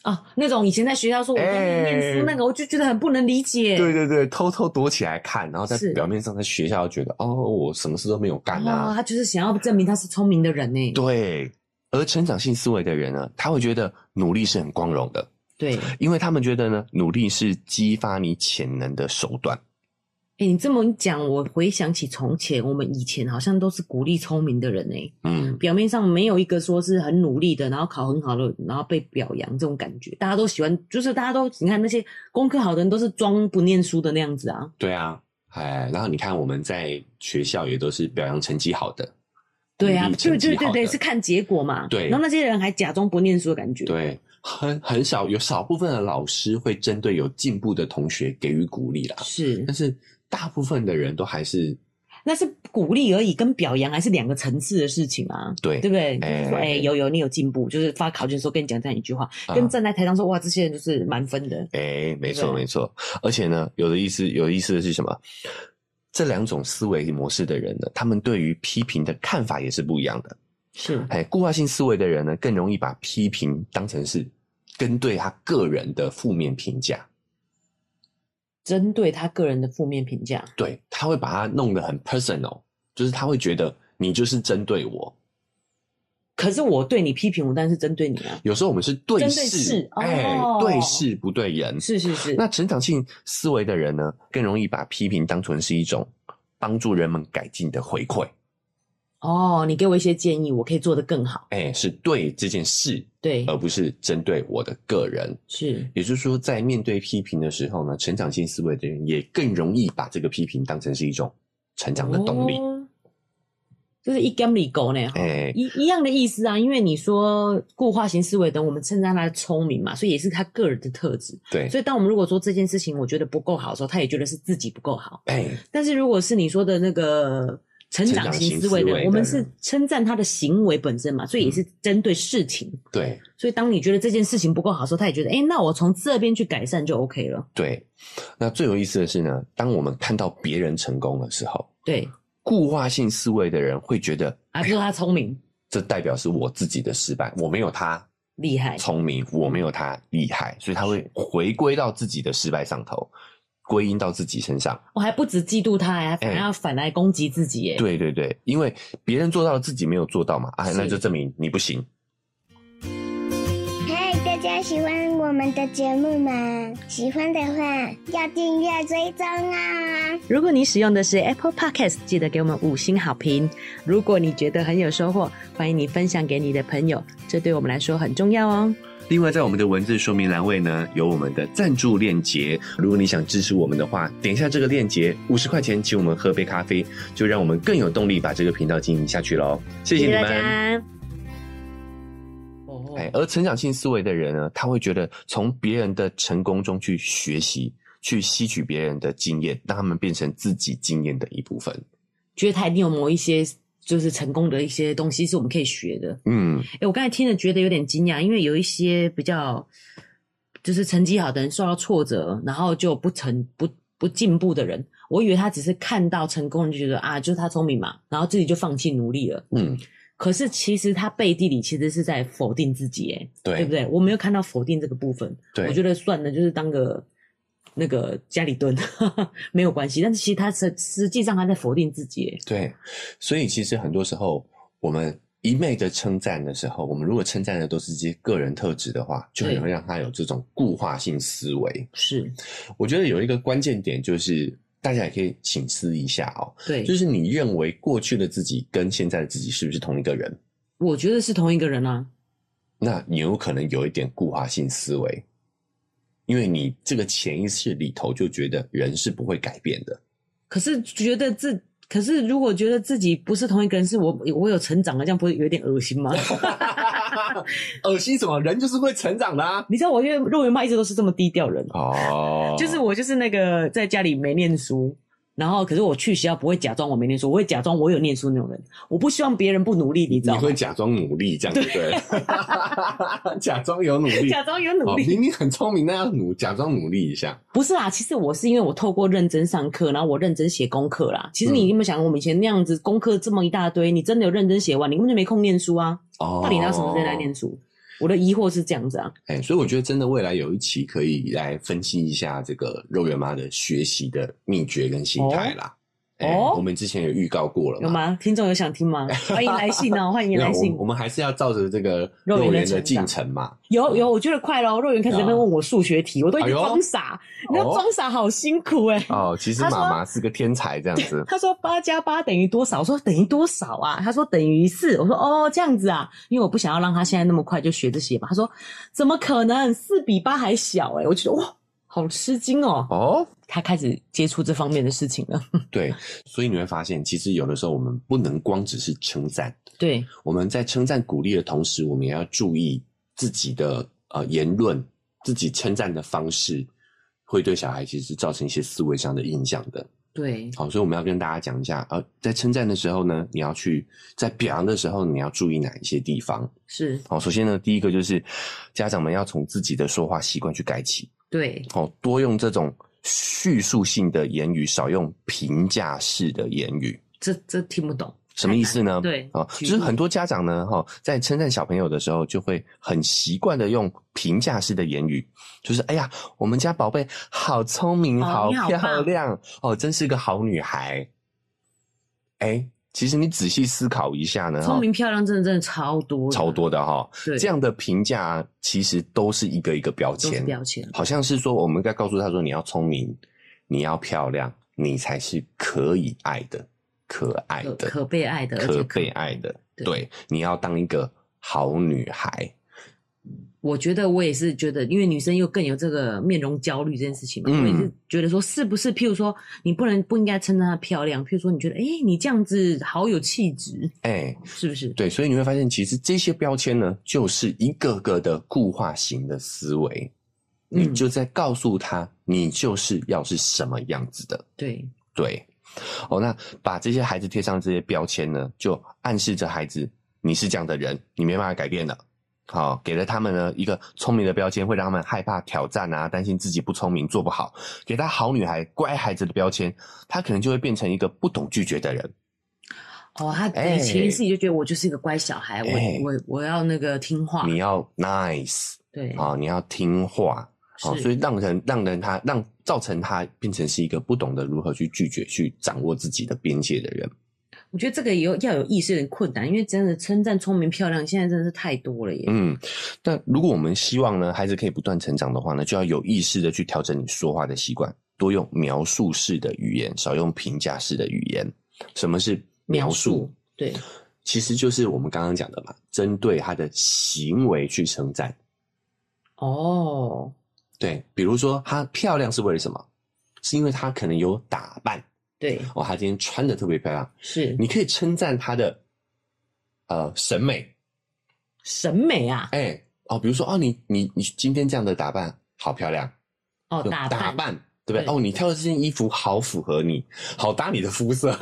Speaker 1: 啊，那种以前在学校说我都没念
Speaker 2: 哎
Speaker 1: 书那个，我就觉得很不能理解。
Speaker 2: 对对对，偷偷躲起来看，然后在
Speaker 1: 是
Speaker 2: 表面上在学校觉得哦，我什么事都没有干啊
Speaker 1: 哦，，他就是想要证明他是聪明的人呢。
Speaker 2: 对。而成长性思维的人呢，他会觉得努力是很光荣的，
Speaker 1: 对，
Speaker 2: 因为他们觉得呢，努力是激发你潜能的手段。
Speaker 1: 哎，你这么一讲，我回想起从前，我们以前好像都是鼓励聪明的人呢，
Speaker 2: 嗯，
Speaker 1: 表面上没有一个说是很努力的，然后考很好的，然后被表扬这种感觉，大家都喜欢，就是大家都你看那些功课好的人都是装不念书的那样子啊。
Speaker 2: 对啊，哎，然后你看我们在学校也都是表扬成绩好的，
Speaker 1: 对啊，
Speaker 2: 鼓励
Speaker 1: 对
Speaker 2: 成绩
Speaker 1: 对
Speaker 2: 好
Speaker 1: 对
Speaker 2: 的
Speaker 1: 对，是看结果嘛。
Speaker 2: 对
Speaker 1: 然后那些人还假装不念书的感觉。
Speaker 2: 对，很很少有少部分的老师会针对有进步的同学给予鼓励啦，
Speaker 1: 是
Speaker 2: 但，是大部分的人都还是
Speaker 1: 那是鼓励而已，跟表扬还是两个层次的事情啊，
Speaker 2: 对
Speaker 1: 对不对？就
Speaker 2: 哎
Speaker 1: 是说，哎，有有，你有进步，就是发考卷的时候跟你讲这样一句话，跟
Speaker 2: 啊
Speaker 1: 站在台上说，哇，这些人就是满分的，
Speaker 2: 哎，没
Speaker 1: 对啊
Speaker 2: 错
Speaker 1: 不对
Speaker 2: 没错，而且呢，有的意思有意思的是什么？这两种思维模式的人呢，他们对于批评的看法也是不一样的。
Speaker 1: 是
Speaker 2: 哎，固化性思维的人呢，更容易把批评当成是跟对他个人的负面评价，
Speaker 1: 针对他个人的负面评价。
Speaker 2: 对他会把它弄得很 personal，就是他会觉得你就是针对我。
Speaker 1: 可是我对你批评，我当然是针对你啊，
Speaker 2: 有时候我们是对
Speaker 1: 针对
Speaker 2: 事
Speaker 1: 事，
Speaker 2: 哎、
Speaker 1: 哦
Speaker 2: 对事不对人。
Speaker 1: 是是是，
Speaker 2: 那成长性思维的人呢，更容易把批评当成是一种帮助人们改进的回馈。
Speaker 1: 哦，你给我一些建议，我可以做得更好，
Speaker 2: 哎，是对这件事，
Speaker 1: 对，
Speaker 2: 而不是针对我的个人。
Speaker 1: 是
Speaker 2: 也就是说，在面对批评的时候呢，成长性思维的人也更容易把这个批评当成是一种成长的动力。
Speaker 1: 哦就是一干里狗呢，哈
Speaker 2: 哎、
Speaker 1: 一一样的意思啊，因为你说固化型思维的，我们称赞他的聪明嘛，所以也是他个人的特质。
Speaker 2: 对，
Speaker 1: 所以，当我们如果说这件事情我觉得不够好的时候，他也觉得是自己不够好。
Speaker 2: 哎、
Speaker 1: 但是，如果是你说的那个成长型思维的
Speaker 2: 成长型思维的
Speaker 1: 人，
Speaker 2: 人嗯
Speaker 1: 我们是称赞他的行为本身嘛，所以也是针对事情。
Speaker 2: 对
Speaker 1: 所以，当你觉得这件事情不够好的时候，他也觉得，哎，那我从这边去改善就 OK 了。
Speaker 2: 对。那最有意思的是呢，当我们看到别人成功的时候，
Speaker 1: 对，
Speaker 2: 固化性思维的人会觉得
Speaker 1: 还不是他聪明
Speaker 2: 这代表是我自己的失败，我没有他
Speaker 1: 厉害，
Speaker 2: 聪明，我没有他厉害，所以他会回归到自己的失败上头，归因到自己身上。
Speaker 1: 我还不止嫉妒他，还反而
Speaker 2: 哎
Speaker 1: 要反来攻击自己，哎，
Speaker 2: 对对对，因为别人做到了，自己没有做到嘛，啊，
Speaker 1: 是
Speaker 2: 那就证明你不行。
Speaker 3: 嗨，大家喜欢我们的节目吗？喜欢的话要订阅追踪啊、
Speaker 1: 如果你使用的是 Apple Podcast，记得给我们五星好评。如果你觉得很有收获，欢迎你分享给你的朋友，这对我们来说很重要哦。
Speaker 2: 另外，在我们的文字说明栏位呢，有我们的赞助链接。如果你想支持我们的话，点一下这个链接，五十块钱请我们喝杯咖啡，就让我们更有动力把这个频道经营下去喽。谢谢你们。
Speaker 1: 家。哦
Speaker 2: 哎，而成长性思维的人呢，他会觉得从别人的成功中去学习，去吸取别人的经验，让他们变成自己经验的一部分。
Speaker 1: 觉得他一定有某一些就是成功的一些东西是我们可以学的。
Speaker 2: 嗯，
Speaker 1: 哎，我刚才听了觉得有点惊讶，因为有一些比较就是成绩好的人受到挫折，然后就不成不不进步的人，我以为他只是看到成功人就觉得啊，就是他聪明嘛，然后自己就放弃努力了。
Speaker 2: 嗯，
Speaker 1: 可是其实他背地里其实是在否定自己，哎，
Speaker 2: 对
Speaker 1: 对不对？我没有看到否定这个部分，
Speaker 2: 对
Speaker 1: 我觉得算了，就是当个那个家里蹲 没有关系。但是其实他实实际上他在否定自己，哎
Speaker 2: 对，所以其实很多时候我们一昧的称赞的时候，我们如果称赞的都是这些个人特质的话，就很容易让他有这种固化性思维。
Speaker 1: 是
Speaker 2: 我觉得有一个关键点就是，大家也可以醒思一下哦，
Speaker 1: 对，
Speaker 2: 就是你认为过去的自己跟现在的自己是不是同一个人？
Speaker 1: 我觉得是同一个人啊，
Speaker 2: 那你有可能有一点固化性思维，因为你这个潜意识里头就觉得人是不会改变的。
Speaker 1: 可是觉得自。可 是，如果觉得自己不是同一个人，是我我有成长了，这样不会有点恶心吗？
Speaker 2: 恶心什么？人就是会成长的啊！
Speaker 1: 你知道我因为肉圆妈一直都是这么低调人，
Speaker 2: 哦，
Speaker 1: 就是我就是那个在家里没念书，然后可是我去学校不会假装我没念书，我会假装我有念书那种人。我不希望别人不努力，你知道
Speaker 2: 你
Speaker 1: 吗
Speaker 2: 会？假装努力这样，对不对？ 假装有努力，
Speaker 1: 假装有努
Speaker 2: 哦，
Speaker 1: 力，
Speaker 2: 明明很聪明，那要努假装努力一下。
Speaker 1: 不是啦。其实我是因为我透过认真上课，然后我认真写功课啦。其实
Speaker 2: 嗯
Speaker 1: 你有没有想，我们以前那样子功课这么一大堆，你真的有认真写完，你根本就没空念书啊。
Speaker 2: 哦，
Speaker 1: 到底拿什么时间来念？书？我的疑惑是这样子啊，
Speaker 2: 哎、所以我觉得真的未来有一期可以来分析一下这个肉圆妈的学习的秘诀跟心态啦。
Speaker 1: 哦
Speaker 2: 哎
Speaker 1: 哦
Speaker 2: 我们之前有预告过了
Speaker 1: 有
Speaker 2: 嘛？
Speaker 1: 吗？听众有想听 吗？欢迎来信哦，欢迎
Speaker 2: 那
Speaker 1: 来
Speaker 2: 我
Speaker 1: 信
Speaker 2: 们我。们还是要照着这个
Speaker 1: 肉圆的
Speaker 2: 肉圆
Speaker 1: 成
Speaker 2: 的
Speaker 1: 长
Speaker 2: 进程嘛。
Speaker 1: 有有，我觉得快了哦。肉圆开始在那边问我数学题，我都已经
Speaker 2: 啊哎呦
Speaker 1: 装傻，你知道
Speaker 2: 哦
Speaker 1: 装傻好辛苦哎、
Speaker 2: 哦，其实
Speaker 1: 他说。
Speaker 2: 妈妈是个天才，这样子
Speaker 1: 他说八加八等于多少？我说等于多少啊？他说等于四。我说哦，这样子啊，因为我不想要让他现在那么快就学这些嘛。他说怎么可能？四比八还小哎、我觉得哇，好吃惊哦。
Speaker 2: 哦，
Speaker 1: 他开始接触这方面的事情了。
Speaker 2: 对，所以你会发现，其实有的时候我们不能光只是称赞，
Speaker 1: 对，
Speaker 2: 我们在称赞鼓励的同时，我们也要注意自己的呃言论，自己称赞的方式，会对小孩其实造成一些思维上的影响的。
Speaker 1: 对，
Speaker 2: 好，所以我们要跟大家讲一下，呃，在称赞的时候呢，你要去在表扬的时候，你要注意哪一些地方？
Speaker 1: 是，
Speaker 2: 好，首先呢，第一个就是家长们要从自己的说话习惯去改起，
Speaker 1: 对，
Speaker 2: 哦，多用这种叙述性的言语，少用评价式的言语。
Speaker 1: 这这听不懂。
Speaker 2: 什么意思呢？
Speaker 1: 对
Speaker 2: 啊，
Speaker 1: 举
Speaker 2: 就
Speaker 1: 例
Speaker 2: 是很多家长呢，哈，在称赞小朋友的时候，就会很习惯的用评价式的言语，就是哎呀，我们家宝贝好聪明，
Speaker 1: 哦
Speaker 2: 好
Speaker 1: 你好棒
Speaker 2: 漂亮，哦，真是个好女孩。哎，其实你仔细思考一下呢，
Speaker 1: 聪明漂亮真的真的超多，
Speaker 2: 哦超多的哈，
Speaker 1: 对
Speaker 2: 这样的评价其实都是一个一个标
Speaker 1: 都是
Speaker 2: 签，
Speaker 1: 标签。
Speaker 2: 好像是说我们在告诉他说你要聪明，你要漂亮，你才是可以爱的、可爱
Speaker 1: 可
Speaker 2: 的、
Speaker 1: 可被爱的，而且
Speaker 2: 可被爱的。
Speaker 1: 对
Speaker 2: 对，你要当一个好女孩。
Speaker 1: 我觉得我也是觉得，因为女生又更有这个面容焦虑这件事情嘛，
Speaker 2: 嗯
Speaker 1: 我也是觉得说，是不是？譬如说，你不能不应该称赞她漂亮，譬如说，你觉得，哎、你这样子好有气质，
Speaker 2: 哎、
Speaker 1: 是不是？
Speaker 2: 对，所以你会发现，其实这些标签呢，就是一个个的固化型的思维，你
Speaker 1: 嗯
Speaker 2: 就在告诉他，你就是要是什么样子的。
Speaker 1: 对，
Speaker 2: 对，哦，那把这些孩子贴上这些标签呢，就暗示着孩子你是这样的人，你没办法改变的。好、给了他们呢一个聪明的标签，会让他们害怕挑战啊，担心自己不聪明做不好。给他好女孩、乖孩子的标签，他可能就会变成一个不懂拒绝的人。
Speaker 1: 哦，她
Speaker 2: 哎
Speaker 1: 以前自己就觉得我就是一个乖小孩，
Speaker 2: 哎
Speaker 1: 我我我要那个听话，
Speaker 2: 你要 nice
Speaker 1: 对，
Speaker 2: 啊、你要听话啊、
Speaker 1: 是
Speaker 2: 所以让人让人他让造成他变成是一个不懂得如何去拒绝、去掌握自己的边界的人。
Speaker 1: 我觉得这个也有要有意识有点困难，因为真的称赞聪明漂亮现在真的是太多了耶。
Speaker 2: 嗯，那如果我们希望呢，孩子可以不断成长的话呢，就要有意识的去调整你说话的习惯，多用描述式的语言，少用评价式的语言。什么是描述？
Speaker 1: 对，
Speaker 2: 其实就是我们刚刚讲的嘛，针对他的行为去称赞。
Speaker 1: 哦，
Speaker 2: 对，比如说她漂亮是为了什么？是因为她可能有打扮
Speaker 1: 对，
Speaker 2: 哦，她今天穿的特别漂亮，
Speaker 1: 是
Speaker 2: 你可以称赞她的呃审美，
Speaker 1: 审美啊，
Speaker 2: 哎、哦，比如说哦，你你你今天这样的打扮好漂亮，
Speaker 1: 哦，
Speaker 2: 有
Speaker 1: 打扮，
Speaker 2: 对不对？
Speaker 1: 对
Speaker 2: 哦，你挑的这件衣服好符合你，好搭你的 肤色，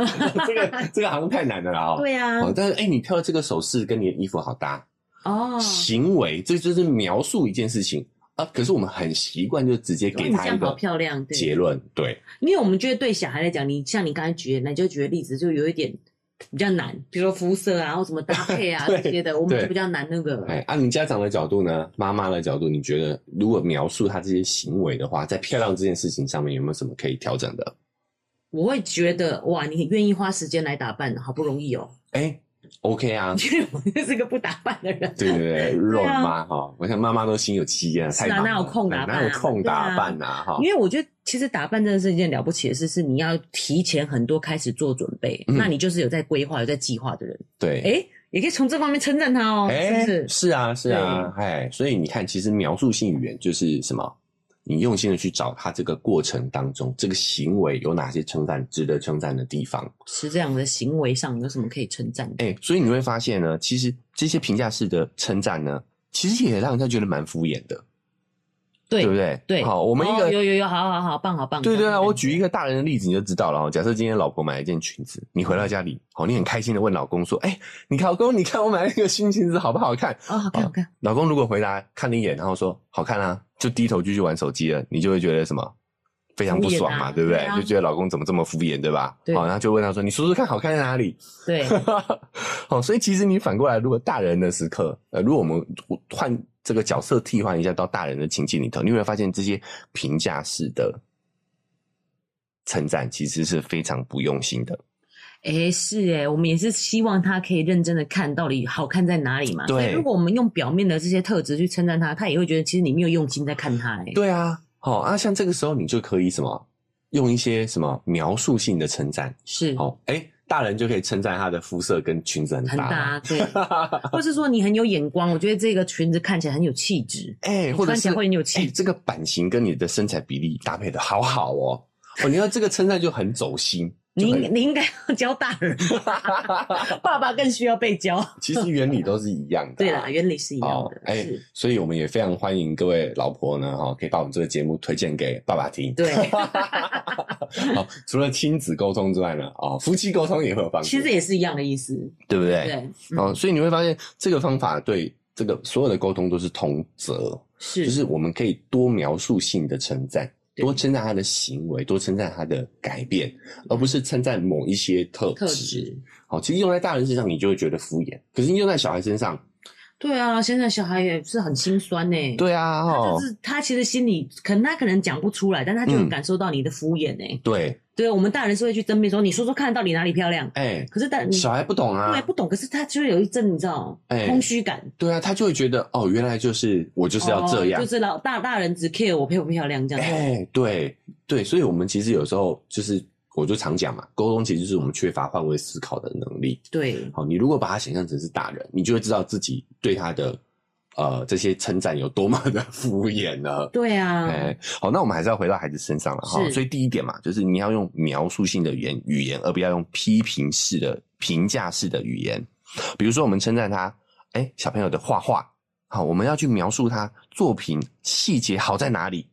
Speaker 2: 这个这个好像太难了啦哦。
Speaker 1: 对啊，
Speaker 2: 哦，但是哎，你挑的这个首饰跟你的衣服好搭，
Speaker 1: 哦，
Speaker 2: 行为这就是描述一件事情啊。可是我们很习惯就直接
Speaker 1: 哦
Speaker 2: 给
Speaker 1: 你
Speaker 2: 他
Speaker 1: 这样
Speaker 2: 一
Speaker 1: 好
Speaker 2: 个
Speaker 1: 漂亮，对，
Speaker 2: 结论，对，
Speaker 1: 因为我们觉得对小孩来讲，你像你刚才举的，那你就举的例子就有一点比较难，比如说肤色啊，或什么搭配啊
Speaker 2: 对
Speaker 1: 这些的，我们
Speaker 2: 对
Speaker 1: 就比较难那个。
Speaker 2: 哎，按、你家长的角度呢，妈妈的角度，你觉得如果描述他这些行为的话，在漂亮这件事情上面有没有什么可以调整的？
Speaker 1: 我会觉得哇，你愿意花时间来打扮，好不容易哦，
Speaker 2: 哎，OK 啊，
Speaker 1: 因为我就是个不打扮的人。
Speaker 2: 对对对，肉
Speaker 1: 啊
Speaker 2: 妈哈，我想妈妈都心有戚焉了，
Speaker 1: 是
Speaker 2: 太
Speaker 1: 啊
Speaker 2: 忙了
Speaker 1: 哪有空打
Speaker 2: 对
Speaker 1: 扮啊啊
Speaker 2: 哪有空打扮呐哈
Speaker 1: 因？为我觉得，其实打扮真的是一件了不起的事，是你要提前很多开始做准备，
Speaker 2: 嗯
Speaker 1: 那你就是有在规划、有在计划的人，
Speaker 2: 对，哎
Speaker 1: 哎，也可以从这方面称赞他哦，是不是？
Speaker 2: 是啊，是啊，哎，所以你看，其实描述性语言就是什么你用心的去找他这个过程当中，这个行为有哪些称赞、值得称赞的地方。
Speaker 1: 是这样的行为上有什么可以称赞的？
Speaker 2: 哎、所以你会发现呢，其实这些评价式的称赞呢，其实也让人家觉得蛮敷衍的，对不对？
Speaker 1: 对，
Speaker 2: 好，我们一个、
Speaker 1: 哦有有有，好好好，棒好棒。
Speaker 2: 对对啊，我
Speaker 1: 举。
Speaker 2: 举一个大人的例子你就知道了哦。假设今天老婆买了一件裙子，你回到家里，好，你很开心的问老公说：“哎、你看老公，你看我买了一个新裙子，好不好看
Speaker 1: 哦，好看好看，？”
Speaker 2: 老公如果回答看了一眼，然后说“好看啊”，就低头继续玩手机了，你就会觉得什么非常不爽嘛，
Speaker 1: 敷衍啊
Speaker 2: 对不对？
Speaker 1: 对啊
Speaker 2: 就觉得老公怎么这么敷衍，对吧？哦
Speaker 1: 对
Speaker 2: 好，然后就问他说：“你说说看，好看在哪里？”
Speaker 1: 对，
Speaker 2: 好，所以其实你反过来，如果大人的时刻，呃，如果我们换这个角色替换一下到大人的情境里头，你会发现这些评价式的称赞其实是非常不用心的。
Speaker 1: 诶，哎是诶，我们也是希望他可以认真的看到底好看在哪里嘛。
Speaker 2: 对
Speaker 1: 所以如果我们用表面的这些特质去称赞他，他也会觉得其实你没有用心在看他。哎诶，
Speaker 2: 对啊，好、啊，像这个时候你就可以什么用一些什么描述性的称赞，
Speaker 1: 是
Speaker 2: 好、哎、大人就可以称赞她的肤色跟裙子很
Speaker 1: 很
Speaker 2: 搭
Speaker 1: 搭，
Speaker 2: 啊，
Speaker 1: 对，或是说你很有眼光，我觉得这个裙子看起来很有气质，
Speaker 2: 哎、
Speaker 1: 你
Speaker 2: 或者
Speaker 1: 穿起
Speaker 2: 是
Speaker 1: 来会很有气
Speaker 2: 哎这个版型跟你的身材比例搭配的好好哦。哦，你要这个称赞就很走心，就
Speaker 1: 你
Speaker 2: 很
Speaker 1: 应你应该要教大 人，爸爸更需要被教。
Speaker 2: 其实原理都是一样的、
Speaker 1: 对啦，原理是一样
Speaker 2: 好，
Speaker 1: 的，
Speaker 2: 哎、
Speaker 1: 是，
Speaker 2: 所以我们也非常欢迎各位老婆呢，哈、可以把我们这个节目推荐给爸爸听。
Speaker 1: 对
Speaker 2: 好，除了亲子沟通之外呢，哦，夫妻沟通也会有帮助，
Speaker 1: 其实也是一样的意思。
Speaker 2: 对不对？
Speaker 1: 对，嗯
Speaker 2: 哦，所以你会发现这个方法对这个所有的沟通都是通则，就是是我们可以多描述性的称赞，
Speaker 1: 对
Speaker 2: 多称赞他的行为，多称赞他的改变，而不是称赞某一些特
Speaker 1: 嗯特
Speaker 2: 质。
Speaker 1: 质。
Speaker 2: 好，其实用在大人身上，你就会觉得敷衍；可是用在小孩身上，
Speaker 1: 对啊，现在小孩也是很心酸呢、
Speaker 2: 对啊，
Speaker 1: 他
Speaker 2: 哦
Speaker 1: 就，是他其实心里可能他可能讲不出来，但他就
Speaker 2: 嗯
Speaker 1: 能感受到你的敷衍哎、
Speaker 2: 对，
Speaker 1: 对我们大人是会去争辩说，你说说看到底哪里漂亮？
Speaker 2: 哎、
Speaker 1: 可是大
Speaker 2: 小孩不懂啊
Speaker 1: 嗯对，不懂，可是他就会有一阵你知道
Speaker 2: 哎
Speaker 1: 空虚感，
Speaker 2: 对啊，他就会觉得哦，原来就是我就是要这样
Speaker 1: 哦就，是老大大人只 care 我漂不漂亮这样子。
Speaker 2: 哎、对对，所以我们其实有时候就是，我就常讲嘛，沟通其实就是我们缺乏换位思考的能力。
Speaker 1: 对，
Speaker 2: 好，你如果把他想象成是大人，你就会知道自己对他的呃这些称赞有多么的敷衍了。
Speaker 1: 对啊，
Speaker 2: 哎，好，那我们还是要回到孩子身上了哈。
Speaker 1: 是
Speaker 2: 所以第一点嘛，就是你要用描述性的语言语言，而不要用批评式的、评价式的语言。比如说，我们称赞他，哎，小朋友的画画，好，我们要去描述他作品细节好在哪里，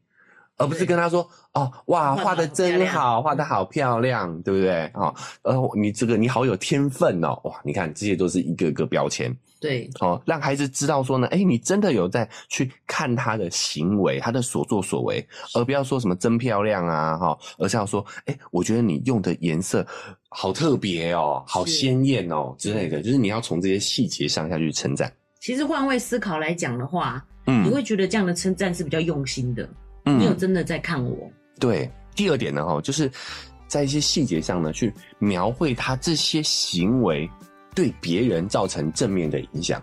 Speaker 2: 而不是
Speaker 1: 对
Speaker 2: 跟他说，哦，哇，
Speaker 1: 画得
Speaker 2: 画的
Speaker 1: 好漂
Speaker 2: 真
Speaker 1: 亮
Speaker 2: 好，画的好漂亮，对不对？哦，呃，你这个你好有天分哦，哇，你看这些都是一个个标签。
Speaker 1: 对，
Speaker 2: 哦，让孩子知道说呢，哎，你真的有在去看他的行为，他的所作所为，而不要说什么真漂亮啊，哈、而是要说，哎，我觉得你用的颜色好特别哦，好
Speaker 1: 是
Speaker 2: 鲜艳哦之类的，就是你要从这些细节上下去称赞。
Speaker 1: 其实换位思考来讲的话，你
Speaker 2: 嗯
Speaker 1: 会觉得这样的称赞是比较用心的，你有
Speaker 2: 嗯，
Speaker 1: 真的在看我。
Speaker 2: 对。第二点呢，哈，就是在一些细节上呢，去描绘他这些行为对别人造成正面的影响。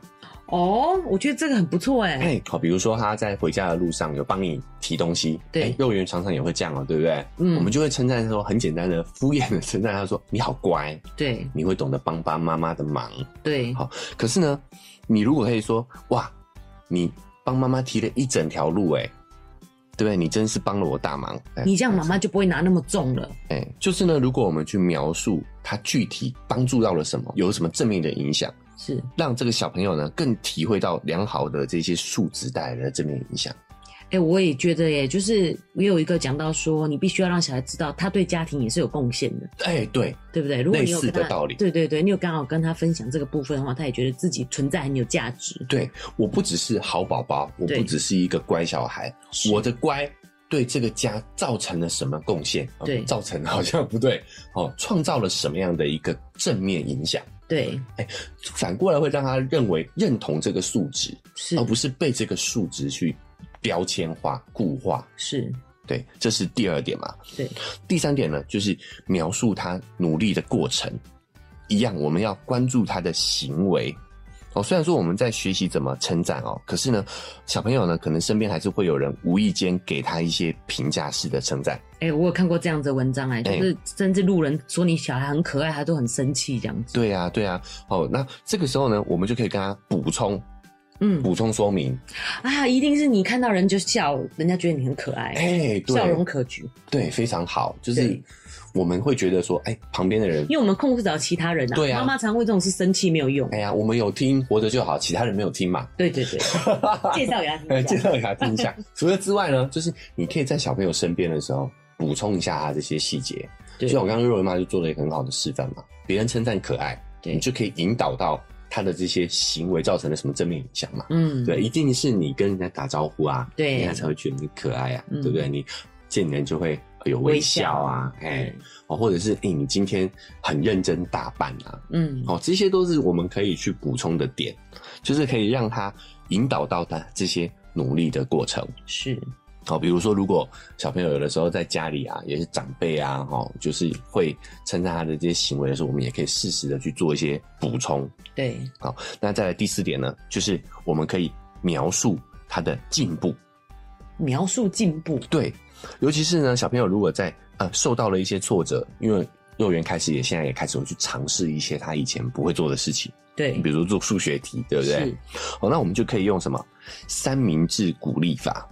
Speaker 1: 哦，我觉得这个很不错哎、
Speaker 2: 哎，好，比如说他在回家的路上有帮你提东西，
Speaker 1: 对
Speaker 2: 哎幼儿园常常也会这样哦，对不对？
Speaker 1: 嗯
Speaker 2: 我们就会称赞说很简单的、敷衍的称赞他说你好乖，
Speaker 1: 对
Speaker 2: 你会懂得帮帮妈妈的忙。
Speaker 1: 对
Speaker 2: 好可是呢，你如果可以说哇，你帮妈妈提了一整条路、哎，对不对？你真是帮了我大忙。哎
Speaker 1: 你这样妈妈就不会拿那么重了。
Speaker 2: 哎，就是呢，如果我们去描述他具体帮助到了什么，有什么正面的影响，
Speaker 1: 是，
Speaker 2: 让这个小朋友呢更体会到良好的这些素质带来的正面影响。
Speaker 1: 哎、我也觉得耶，就是也有一个讲到说，你必须要让小孩知道，他对家庭也是有贡献的，
Speaker 2: 哎，对，
Speaker 1: 对不对？如果你有跟
Speaker 2: 类似
Speaker 1: 他
Speaker 2: 的道理
Speaker 1: 对对对，你有刚好跟他分享这个部分的话，他也觉得自己存在很有价值。
Speaker 2: 对我不只是好宝宝，我
Speaker 1: 对
Speaker 2: 不只是一个乖小孩，
Speaker 1: 是
Speaker 2: 我的乖对这个家造成了什么贡献？啊
Speaker 1: 对
Speaker 2: 造成好像不对哦，创造了什么样的一个正面影响？
Speaker 1: 对，
Speaker 2: 反过来会让他认为认同这个素质，
Speaker 1: 是
Speaker 2: 哦而不是被这个素质去标签化、固化。
Speaker 1: 是？
Speaker 2: 对，这是第二点嘛。
Speaker 1: 对，
Speaker 2: 第三点呢，就是描述他努力的过程。一样，我们要关注他的行为。哦，虽然说我们在学习怎么称赞哦，可是呢，小朋友呢，可能身边还是会有人无意间给他一些评价式的称赞。
Speaker 1: 哎、我有看过这样子的文章哎，就是甚至路人说你小孩很可爱，他都很生气这样子。
Speaker 2: 啊对呀、对呀、哦，那这个时候呢，我们就可以跟他补充。
Speaker 1: 嗯
Speaker 2: 补充说明，
Speaker 1: 啊，一定是你看到人就笑，人家觉得你很可爱，
Speaker 2: 哎、
Speaker 1: 笑容
Speaker 2: 对
Speaker 1: 可掬。
Speaker 2: 对，非常好，就是
Speaker 1: 对
Speaker 2: 我们会觉得说，哎、旁边的人
Speaker 1: 因为我们控制不了其他人啊，
Speaker 2: 对啊
Speaker 1: 妈妈常为这种事生气没有用。
Speaker 2: 哎呀，我们有听活着就好，其他人没有听嘛。
Speaker 1: 对对 对，介绍给他听
Speaker 2: 呃，
Speaker 1: 一
Speaker 2: 介
Speaker 1: 下。
Speaker 2: 绍给他听一 下。除了之外呢，就是你可以在小朋友身边的时候补充一下他这些细节。就
Speaker 1: 对
Speaker 2: 像我刚刚瑞文妈就做了一个很好的示范嘛，别人称赞可爱，
Speaker 1: 对
Speaker 2: 你就可以引导到他的这些行为造成了什么正面影响嘛。
Speaker 1: 嗯，
Speaker 2: 对，一定是你跟人家打招呼啊，
Speaker 1: 对
Speaker 2: 人家才会觉得你可爱啊，
Speaker 1: 嗯
Speaker 2: 对不对？你见人就会有微笑啊，哎、
Speaker 1: 哎，
Speaker 2: 哦，或者是哎、你今天很认真打扮啊，
Speaker 1: 嗯，
Speaker 2: 哦，这些都是我们可以去补充的点，就是可以让他引导到他这些努力的过程。
Speaker 1: 是，
Speaker 2: 哦，比如说，如果小朋友有的时候在家里啊，也是长辈啊，哦，就是会称赞他的这些行为的时候，我们也可以适时的去做一些补充。
Speaker 1: 对，
Speaker 2: 那再来第四点呢，就是我们可以描述他的进步。
Speaker 1: 描述进步，
Speaker 2: 对，尤其是呢，小朋友如果在呃受到了一些挫折，因为幼儿园开始也现在也开始会去尝试一些他以前不会做的事情，
Speaker 1: 对，
Speaker 2: 比如做数学题，对不对？
Speaker 1: 是，
Speaker 2: 哦，那我们就可以用什么三明治鼓励法，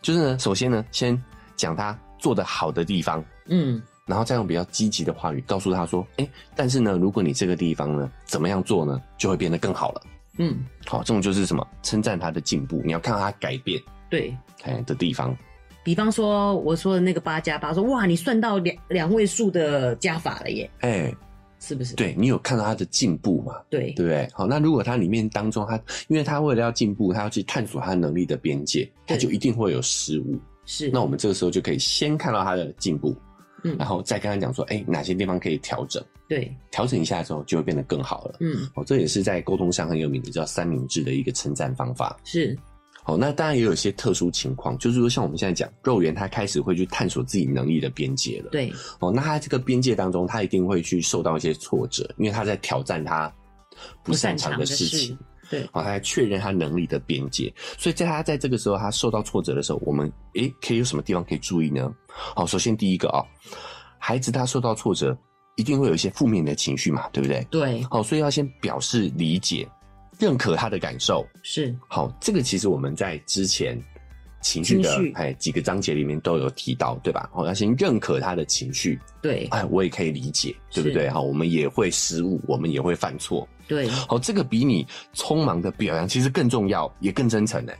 Speaker 2: 就是呢，首先呢，先讲他做的好的地方，
Speaker 1: 嗯，
Speaker 2: 然后再用比较积极的话语告诉他说，哎、但是呢，如果你这个地方呢，怎么样做呢，就会变得更好了。
Speaker 1: 嗯，
Speaker 2: 好、这种就是什么称赞他的进步，你要看到他改变
Speaker 1: 对。
Speaker 2: 哎、的地方，
Speaker 1: 比方说我说的那个八加八，说哇，你算到两两位数的加法了耶，
Speaker 2: 哎、
Speaker 1: 是不是？
Speaker 2: 对你有看到他的进步嘛？
Speaker 1: 对
Speaker 2: 对不对？好，那如果他里面当中他，因为他为了要进步，他要去探索他能力的边界，他
Speaker 1: 对
Speaker 2: 就一定会有失误。
Speaker 1: 是。
Speaker 2: 那我们这个时候就可以先看到他的进步，
Speaker 1: 嗯
Speaker 2: 然后再跟他讲说，哎、哪些地方可以调整，
Speaker 1: 对，
Speaker 2: 调整一下之后就会变得更好了。
Speaker 1: 嗯，
Speaker 2: 哦，这也是在沟通上很有名的叫三明治的一个称赞方法。
Speaker 1: 是
Speaker 2: 哦，那当然也有一些特殊情况，就是说像我们现在讲，肉圆他开始会去探索自己能力的边界了。，
Speaker 1: 对，
Speaker 2: 哦，那他这个边界当中，他一定会去受到一些挫折，因为他在挑战他不擅长的事情。
Speaker 1: 对，
Speaker 2: 哦，他在确认他能力的边界，所以在他在这个时候他受到挫折的时候，我们诶可以有什么地方可以注意呢？好、首先第一个啊、孩子他受到挫折一定会有一些负面的情绪嘛，对不对？
Speaker 1: 对，
Speaker 2: 好、所以要先表示理解、认可他的感受。
Speaker 1: 是，
Speaker 2: 好、这个其实我们在之前情绪的
Speaker 1: 情绪
Speaker 2: 哎几个章节里面都有提到，对吧？好、要先认可他的情绪，
Speaker 1: 对，
Speaker 2: 哎，我也可以理解，对不
Speaker 1: 是
Speaker 2: 对？好、我们也会失误，我们也会犯错。
Speaker 1: 对，
Speaker 2: 好，哦这个比你匆忙的表扬其实更重要，也更真诚呢，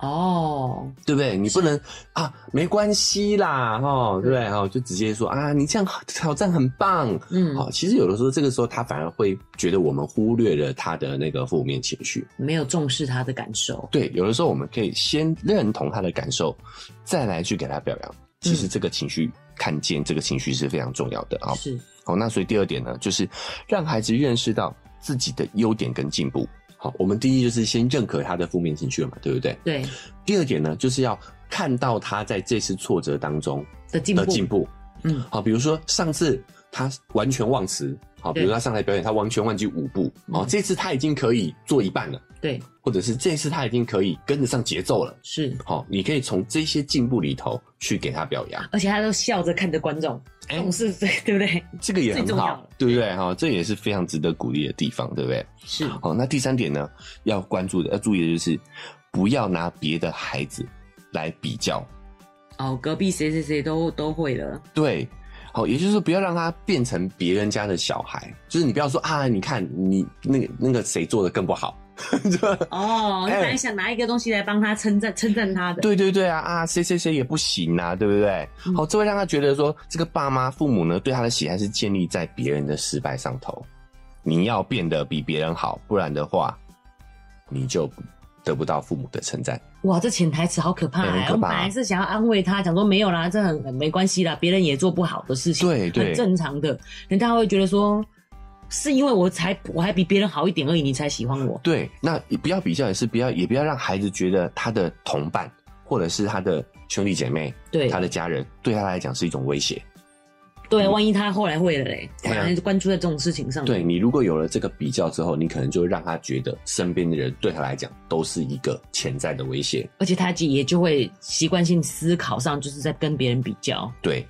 Speaker 1: 哦，
Speaker 2: 对不对？你不能啊，没关系啦，哦，对不对？哦，就直接说啊，你这样挑战很棒。
Speaker 1: 嗯，
Speaker 2: 好，其实有的时候这个时候他反而会觉得我们忽略了他的那个负面情绪。
Speaker 1: 没有重视他的感受，
Speaker 2: 对，有的时候我们可以先认同他的感受，再来去给他表扬。其实这个情绪看见这个情绪是非常重要的啊。
Speaker 1: 是，
Speaker 2: 好，那所以第二点呢，就是让孩子认识到自己的优点跟进步。好，我们第一就是先认可他的负面情绪了嘛，对不对？
Speaker 1: 对
Speaker 2: 第二点呢，就是要看到他在这次挫折当中
Speaker 1: 的进
Speaker 2: 的
Speaker 1: 步，
Speaker 2: 进步。
Speaker 1: 嗯，
Speaker 2: 好，比如说上次他完全忘词，好，比如
Speaker 1: 对
Speaker 2: 他上台表演，他完全忘记舞步，哦，
Speaker 1: 嗯
Speaker 2: 这次他已经可以做一半了，
Speaker 1: 对，
Speaker 2: 或者是这次他已经可以跟得上节奏了。
Speaker 1: 是，
Speaker 2: 好，你可以从这些进步里头去给他表扬。
Speaker 1: 而且他都笑着看着观众，
Speaker 2: 哎
Speaker 1: 总是对，对不对？
Speaker 2: 这个也
Speaker 1: 最
Speaker 2: 很
Speaker 1: 重要
Speaker 2: 好
Speaker 1: 了，
Speaker 2: 对不对？哈，这也是非常值得鼓励的地方，对不对？
Speaker 1: 是，
Speaker 2: 好，哦那第三点呢，要关注的、要注意的就是，不要拿别的孩子来比较。
Speaker 1: 哦，隔壁谁谁谁都都会了，
Speaker 2: 对，好，也就是说，不要让他变成别人家的小孩。就是你不要说啊，你看你那个那个谁做的更不好。 就
Speaker 1: 哦，你
Speaker 2: 哎
Speaker 1: 本来想拿一个东西来帮他称赞称赞他的，
Speaker 2: 对对对啊啊，谁谁谁也不行啊，对不对？
Speaker 1: 嗯
Speaker 2: 好，这会让他觉得说，这个爸妈父母呢对他的喜爱是建立在别人的失败上头。你要变得比别人好，不然的话，你就得不到父母的称赞。
Speaker 1: 哇，这潜台词好可怕、
Speaker 2: 对很
Speaker 1: 欸！
Speaker 2: 可
Speaker 1: 我
Speaker 2: 怕
Speaker 1: 本来是想要安慰他，讲说没有啦，这很很没关系啦，别人也做不好的事情，
Speaker 2: 对对
Speaker 1: 很正常的。人家会觉得说，是因为我才我还比别人好一点而已，你才喜欢我。
Speaker 2: 对，那也不要比较，也是不要，也不要让孩子觉得他的同伴或者是他的兄弟姐妹、
Speaker 1: 对
Speaker 2: 他的家人对他来讲是一种威胁。
Speaker 1: 对，万一他后来会了嘞，
Speaker 2: 哎呀
Speaker 1: 反正就关注在这种事情上。
Speaker 2: 对，你如果有了这个比较之后，你可能就会让他觉得身边的人对他来讲都是一个潜在的威胁。
Speaker 1: 而且他也就会习惯性思考上，就是在跟别人比较。
Speaker 2: 对，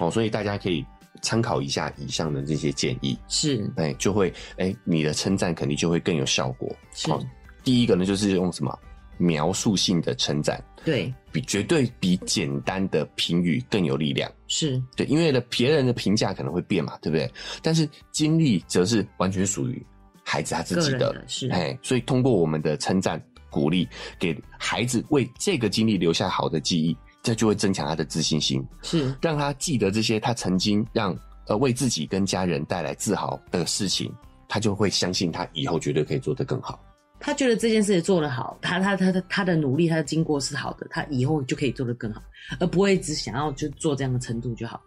Speaker 2: 哦，所以大家可以参考一下以上的这些建议，
Speaker 1: 是
Speaker 2: 哎，就会哎，你的称赞肯定就会更有效果。
Speaker 1: 是，
Speaker 2: 哦第一个呢，就是用什么描述性的称赞，
Speaker 1: 对，
Speaker 2: 比绝对比简单的评语更有力量。
Speaker 1: 是，
Speaker 2: 对，因为呢，别人的评价可能会变嘛，对不对？但是经历则是完全属于孩子他自己
Speaker 1: 个
Speaker 2: 的
Speaker 1: 人的是
Speaker 2: 哎，所以通过我们的称赞、鼓励，给孩子为这个经历留下好的记忆，这就会增强他的自信心，
Speaker 1: 是，
Speaker 2: 让他记得这些他曾经让呃为自己跟家人带来自豪的事情，他就会相信他以后绝对可以做得更好。
Speaker 1: 他觉得这件事做得好，他他他他他的努力，他的经过是好的，他以后就可以做得更好，而不会只想要就做这样的程度就好。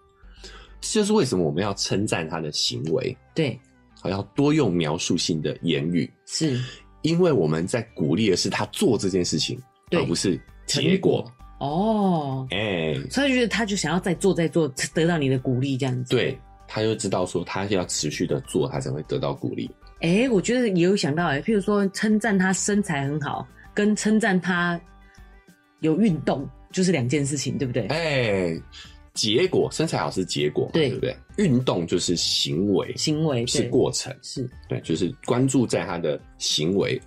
Speaker 2: 这就是为什么我们要称赞他的行为，
Speaker 1: 对，
Speaker 2: 好要多用描述性的言语，
Speaker 1: 是，
Speaker 2: 因为我们在鼓励的是他做这件事情，
Speaker 1: 对
Speaker 2: 而不是结果。
Speaker 1: 哦，
Speaker 2: 哎、
Speaker 1: 所以觉得他就想要再做再做，得到你的鼓励这样子。
Speaker 2: 对，他就知道说他要持续的做，他才会得到鼓励。
Speaker 1: 哎、我觉得也有想到哎、譬如说称赞他身材很好，跟称赞他有运动就是两件事情，对不对？
Speaker 2: 哎、结果身材好是结果嘛，
Speaker 1: 对
Speaker 2: 对不对？运动就是行为，
Speaker 1: 行为
Speaker 2: 是
Speaker 1: 对
Speaker 2: 过程，
Speaker 1: 是
Speaker 2: 对，就是关注在他的行为，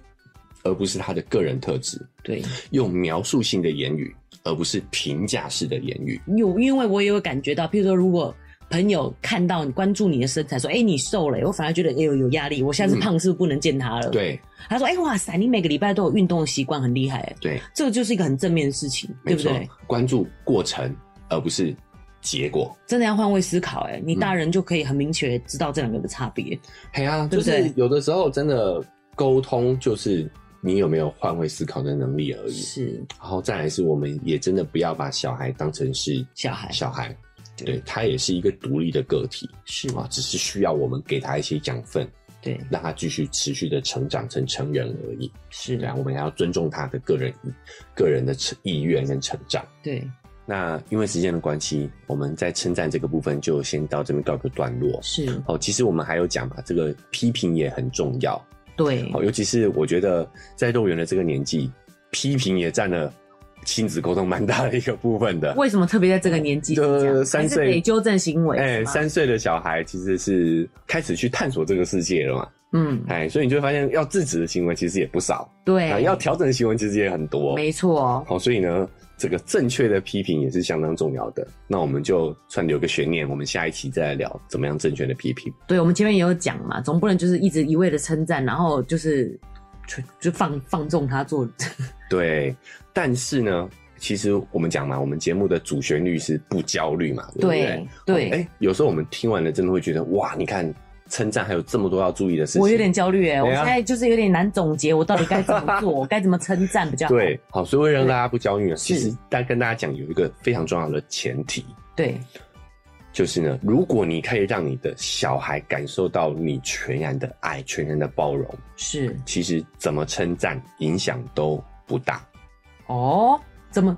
Speaker 2: 而不是他的个人特质，
Speaker 1: 对，
Speaker 2: 用描述性的言语，而不是评价式的言语。
Speaker 1: 有因为我也有感觉到，譬如说如果。朋友看到你关注你的身材，说：“哎、你瘦了、我反而觉得哎呦有压力，我下次
Speaker 2: 嗯
Speaker 1: 胖是不是不能见他了？”，
Speaker 2: 对
Speaker 1: 他说：“哎、哇塞，你每个礼拜都有运动的习惯，很厉害、哎
Speaker 2: 对，
Speaker 1: 这个就是一个很正面的事情，对
Speaker 2: 没
Speaker 1: 不
Speaker 2: 错
Speaker 1: 对？，
Speaker 2: 关注过程，而不是结果。
Speaker 1: 真的要换位思考、
Speaker 2: 嗯
Speaker 1: 哎，你大人就可以很明确地知道这两个的差别。
Speaker 2: 嘿啊，
Speaker 1: 对
Speaker 2: 就
Speaker 1: 不对
Speaker 2: 是有的时候真的沟通就是你有没有换位思考的能力而已。
Speaker 1: 是
Speaker 2: 然后再来是，我们也真的不要把小孩当成是
Speaker 1: 小孩
Speaker 2: 小孩，对他也是一个独立的个体
Speaker 1: 是
Speaker 2: 啊，只是需要我们给他一些养分，
Speaker 1: 对
Speaker 2: 让他继续持续的成长成成人而已。
Speaker 1: 是
Speaker 2: 对啊，我们也要尊重他的个人个人的成意愿跟成长。
Speaker 1: 对
Speaker 2: 那因为时间的关系，我们在称赞这个部分就先到这边告一个段落。
Speaker 1: 是，
Speaker 2: 哦，其实我们还有讲嘛，这个批评也很重要。
Speaker 1: 对
Speaker 2: 哦，尤其是我觉得在幼儿园的这个年纪，批评也占了亲子沟通蛮大的一个部分的。
Speaker 1: 为什么特别在这个年纪是这样
Speaker 2: 呃三
Speaker 1: 还是
Speaker 2: 岁
Speaker 1: 得纠正行为？
Speaker 2: 哎，
Speaker 1: 是吗
Speaker 2: 三岁的小孩其实是开始去探索这个世界了嘛，
Speaker 1: 嗯，
Speaker 2: 哎，所以你就会发现要制止的行为其实也不少，啊，
Speaker 1: 对，
Speaker 2: 要调整的行为其实也很多。
Speaker 1: 哎没错，哦
Speaker 2: 好、所以呢，这个正确的批评也是相当重要的。那我们就算留个悬念，我们下一期再来聊怎么样正确的批评。
Speaker 1: 对我们前面也有讲嘛，总不能就是一直一味的称赞，然后就是就就放放纵他做，
Speaker 2: 对，但是呢，其实我们讲嘛，我们节目的主旋律是不焦虑嘛，对不对？
Speaker 1: 对
Speaker 2: 哎、有时候我们听完了，真的会觉得哇，你看称赞还有这么多要注意的事情。
Speaker 1: 我有点焦虑哎，我
Speaker 2: 对啊
Speaker 1: 现在就是有点难总结，我到底该怎 么做，我该怎么称赞比较好？
Speaker 2: 对，好，所以为了让大家不焦虑呢，
Speaker 1: 是
Speaker 2: 其实但跟大家讲有一个非常重要的前提，
Speaker 1: 对
Speaker 2: 就是呢，如果你可以让你的小孩感受到你全然的爱、全然的包容，
Speaker 1: 是
Speaker 2: 其实怎么称赞影响都不大。
Speaker 1: 哦，怎么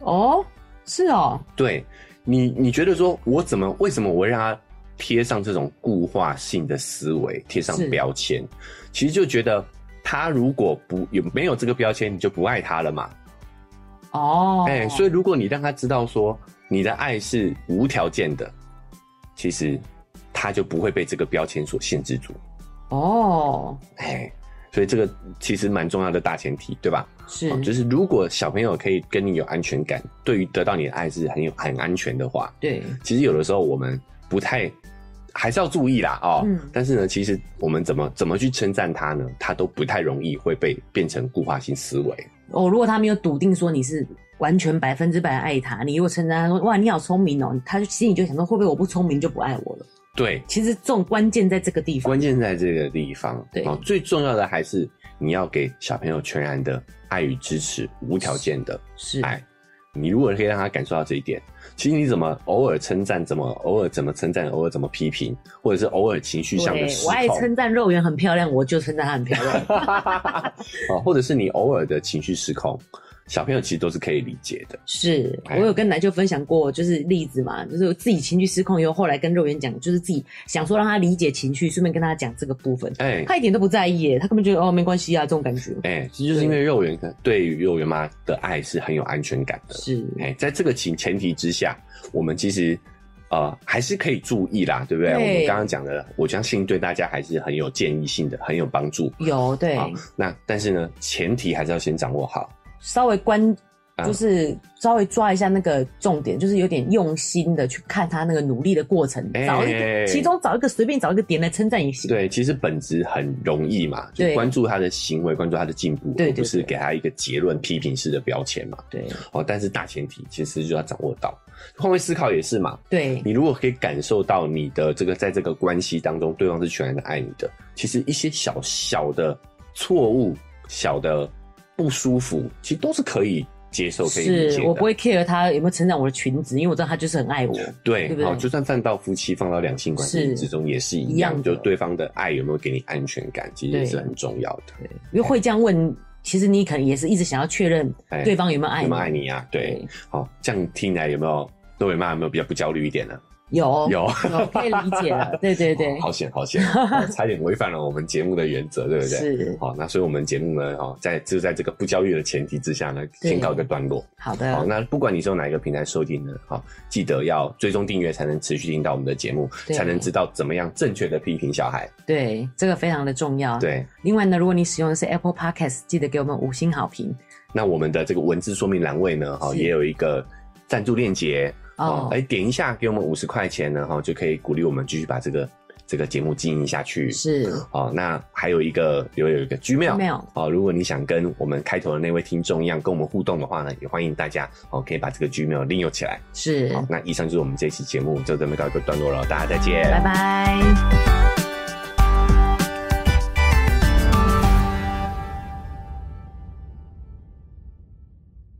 Speaker 1: 哦是哦，
Speaker 2: 对你，你觉得说我怎么为什么我会让他贴上这种固化性的思维，贴上
Speaker 1: 是
Speaker 2: 标签？其实就觉得他如果不有没有这个标签，你就不爱他了嘛。
Speaker 1: 哦，
Speaker 2: 哎、所以如果你让他知道说你的爱是无条件的，其实他就不会被这个标签所限制住。
Speaker 1: 哦
Speaker 2: 哎、所以这个其实蛮重要的大前提，对吧？
Speaker 1: 是
Speaker 2: 哦就是如果小朋友可以跟你有安全感，对于得到你的爱是很有很安全的话，
Speaker 1: 对
Speaker 2: 其实有的时候我们不太，还是要注意啦哦。
Speaker 1: 嗯
Speaker 2: 但是呢，其实我们怎么怎么去称赞他呢？他都不太容易会被变成固化性思维。
Speaker 1: 哦，如果他没有笃定说你是完全百分之百爱他，你如果称赞他说哇你好聪明哦，他就心里就想说会不会我不聪明就不爱我了？
Speaker 2: 对，
Speaker 1: 其实这种关键在这个地方
Speaker 2: 关，键在这个地方。
Speaker 1: 对
Speaker 2: 哦，最重要的还是你要给小朋友全然的爱与支持，无条件的
Speaker 1: 是
Speaker 2: 爱。你如果可以让他感受到这一点，其实你怎么偶尔称赞，怎么偶尔怎么称赞，偶尔怎么批评，或者是偶尔情绪上的
Speaker 1: 对
Speaker 2: 失
Speaker 1: 我爱
Speaker 2: 控，
Speaker 1: 称赞肉圆很漂亮，我就称赞她很漂
Speaker 2: 哎
Speaker 1: 亮。
Speaker 2: 啊，或者是你偶尔的情绪失控，小朋友其实都是可以理解的。
Speaker 1: 是我
Speaker 2: 哎
Speaker 1: 有跟奶舅分享过，就是例子嘛，就是我自己情绪失控以后，后来跟肉圆讲，就是自己想说让他理解情绪，顺便跟他讲这个部分，
Speaker 2: 哎、
Speaker 1: 他一点都不在意耶，他根本觉得哦没关系啊这种感觉。
Speaker 2: 哎、这就是因为肉圆可对于肉圆妈的爱是很有安全感的。哎
Speaker 1: 是
Speaker 2: 哎、在这个情前提之下，我们其实呃，还是可以注意啦，对不对？
Speaker 1: 对
Speaker 2: 我们刚刚讲的，我相信对大家还是很有建议性的，很有帮助。
Speaker 1: 有对，
Speaker 2: 好那但是呢，前提还是要先掌握好。
Speaker 1: 稍微关，
Speaker 2: 啊
Speaker 1: 就是稍微抓一下那个重点，就是有点用心的去看他那个努力的过程，
Speaker 2: 哎
Speaker 1: 找一个其中找一个随便找一个点来称赞也行。
Speaker 2: 对，其实本质很容易嘛，就
Speaker 1: 对
Speaker 2: 关注他的行为，关注他的进步，
Speaker 1: 对对
Speaker 2: 而不是
Speaker 1: 对
Speaker 2: 给他一个结论批评式的标签嘛。
Speaker 1: 对
Speaker 2: 哦，但是大前提其实就要掌握到，换位思考也是嘛。
Speaker 1: 对
Speaker 2: 你如果可以感受到你的这个在这个关系当中，对方是全然的爱你的，其实一些小小的错误、小的不舒服，其实都是可以接受、可以理解
Speaker 1: 是
Speaker 2: 的。
Speaker 1: 我不会 care 他有没有成长我的裙子，因为我知道他就是很爱我。
Speaker 2: 对，
Speaker 1: 对不对
Speaker 2: 哦就算放到夫妻，放到两性关系
Speaker 1: 是
Speaker 2: 之中也是一
Speaker 1: 一
Speaker 2: 样，
Speaker 1: 样的
Speaker 2: 就对方的爱有没有给你安全感，其实
Speaker 1: 对
Speaker 2: 是很重要的。
Speaker 1: 对，因为会这样问，其实你可能也是一直想要确认
Speaker 2: 哎
Speaker 1: 对方有没有爱
Speaker 2: 有
Speaker 1: 你。
Speaker 2: 没有爱你啊？对，
Speaker 1: 对，
Speaker 2: 好、这样听来有没有各位妈有没有比较不焦虑一点呢、
Speaker 1: 有
Speaker 2: 有。
Speaker 1: 有可以理解了。对对对
Speaker 2: 哦，好险，好险、哦差点违反了我们节目的原则，对不对？
Speaker 1: 是
Speaker 2: 好，那所以我们节目呢，哦，在就在这个不焦虑的前提之下呢，
Speaker 1: 对嗯
Speaker 2: 先告一个段落。
Speaker 1: 好
Speaker 2: 好，
Speaker 1: 的，
Speaker 2: 那不管你是用哪一个平台收听呢，好，记得要追踪订阅，才能持续听到我们的节目，
Speaker 1: 对
Speaker 2: 才能知道怎么样正确的批评小孩。
Speaker 1: 对这个非常的重要。，
Speaker 2: 对，
Speaker 1: 另外呢，如果你使用的是 Apple Podcast，记得给我们五星好评
Speaker 2: 那我们的这个文字说明栏位呢，哈，
Speaker 1: 是
Speaker 2: 也有一个赞助链接哦
Speaker 1: 哦，。
Speaker 2: 哎、点一下给我们五十块钱呢，哈，就可以鼓励我们继续把这个这个节目经营下去。
Speaker 1: 是
Speaker 2: 哦，那还有一个有有一个 Gmail。
Speaker 1: 没有。
Speaker 2: 哦，如果你想跟我们开头的那位听众一样跟我们互动的话呢，也欢迎大家哦，可以把这个 Gmail 利用起来。
Speaker 1: 是，
Speaker 2: 好，那以上就是我们这期节目，就这么告一个段落了，大家再见，
Speaker 1: 拜拜。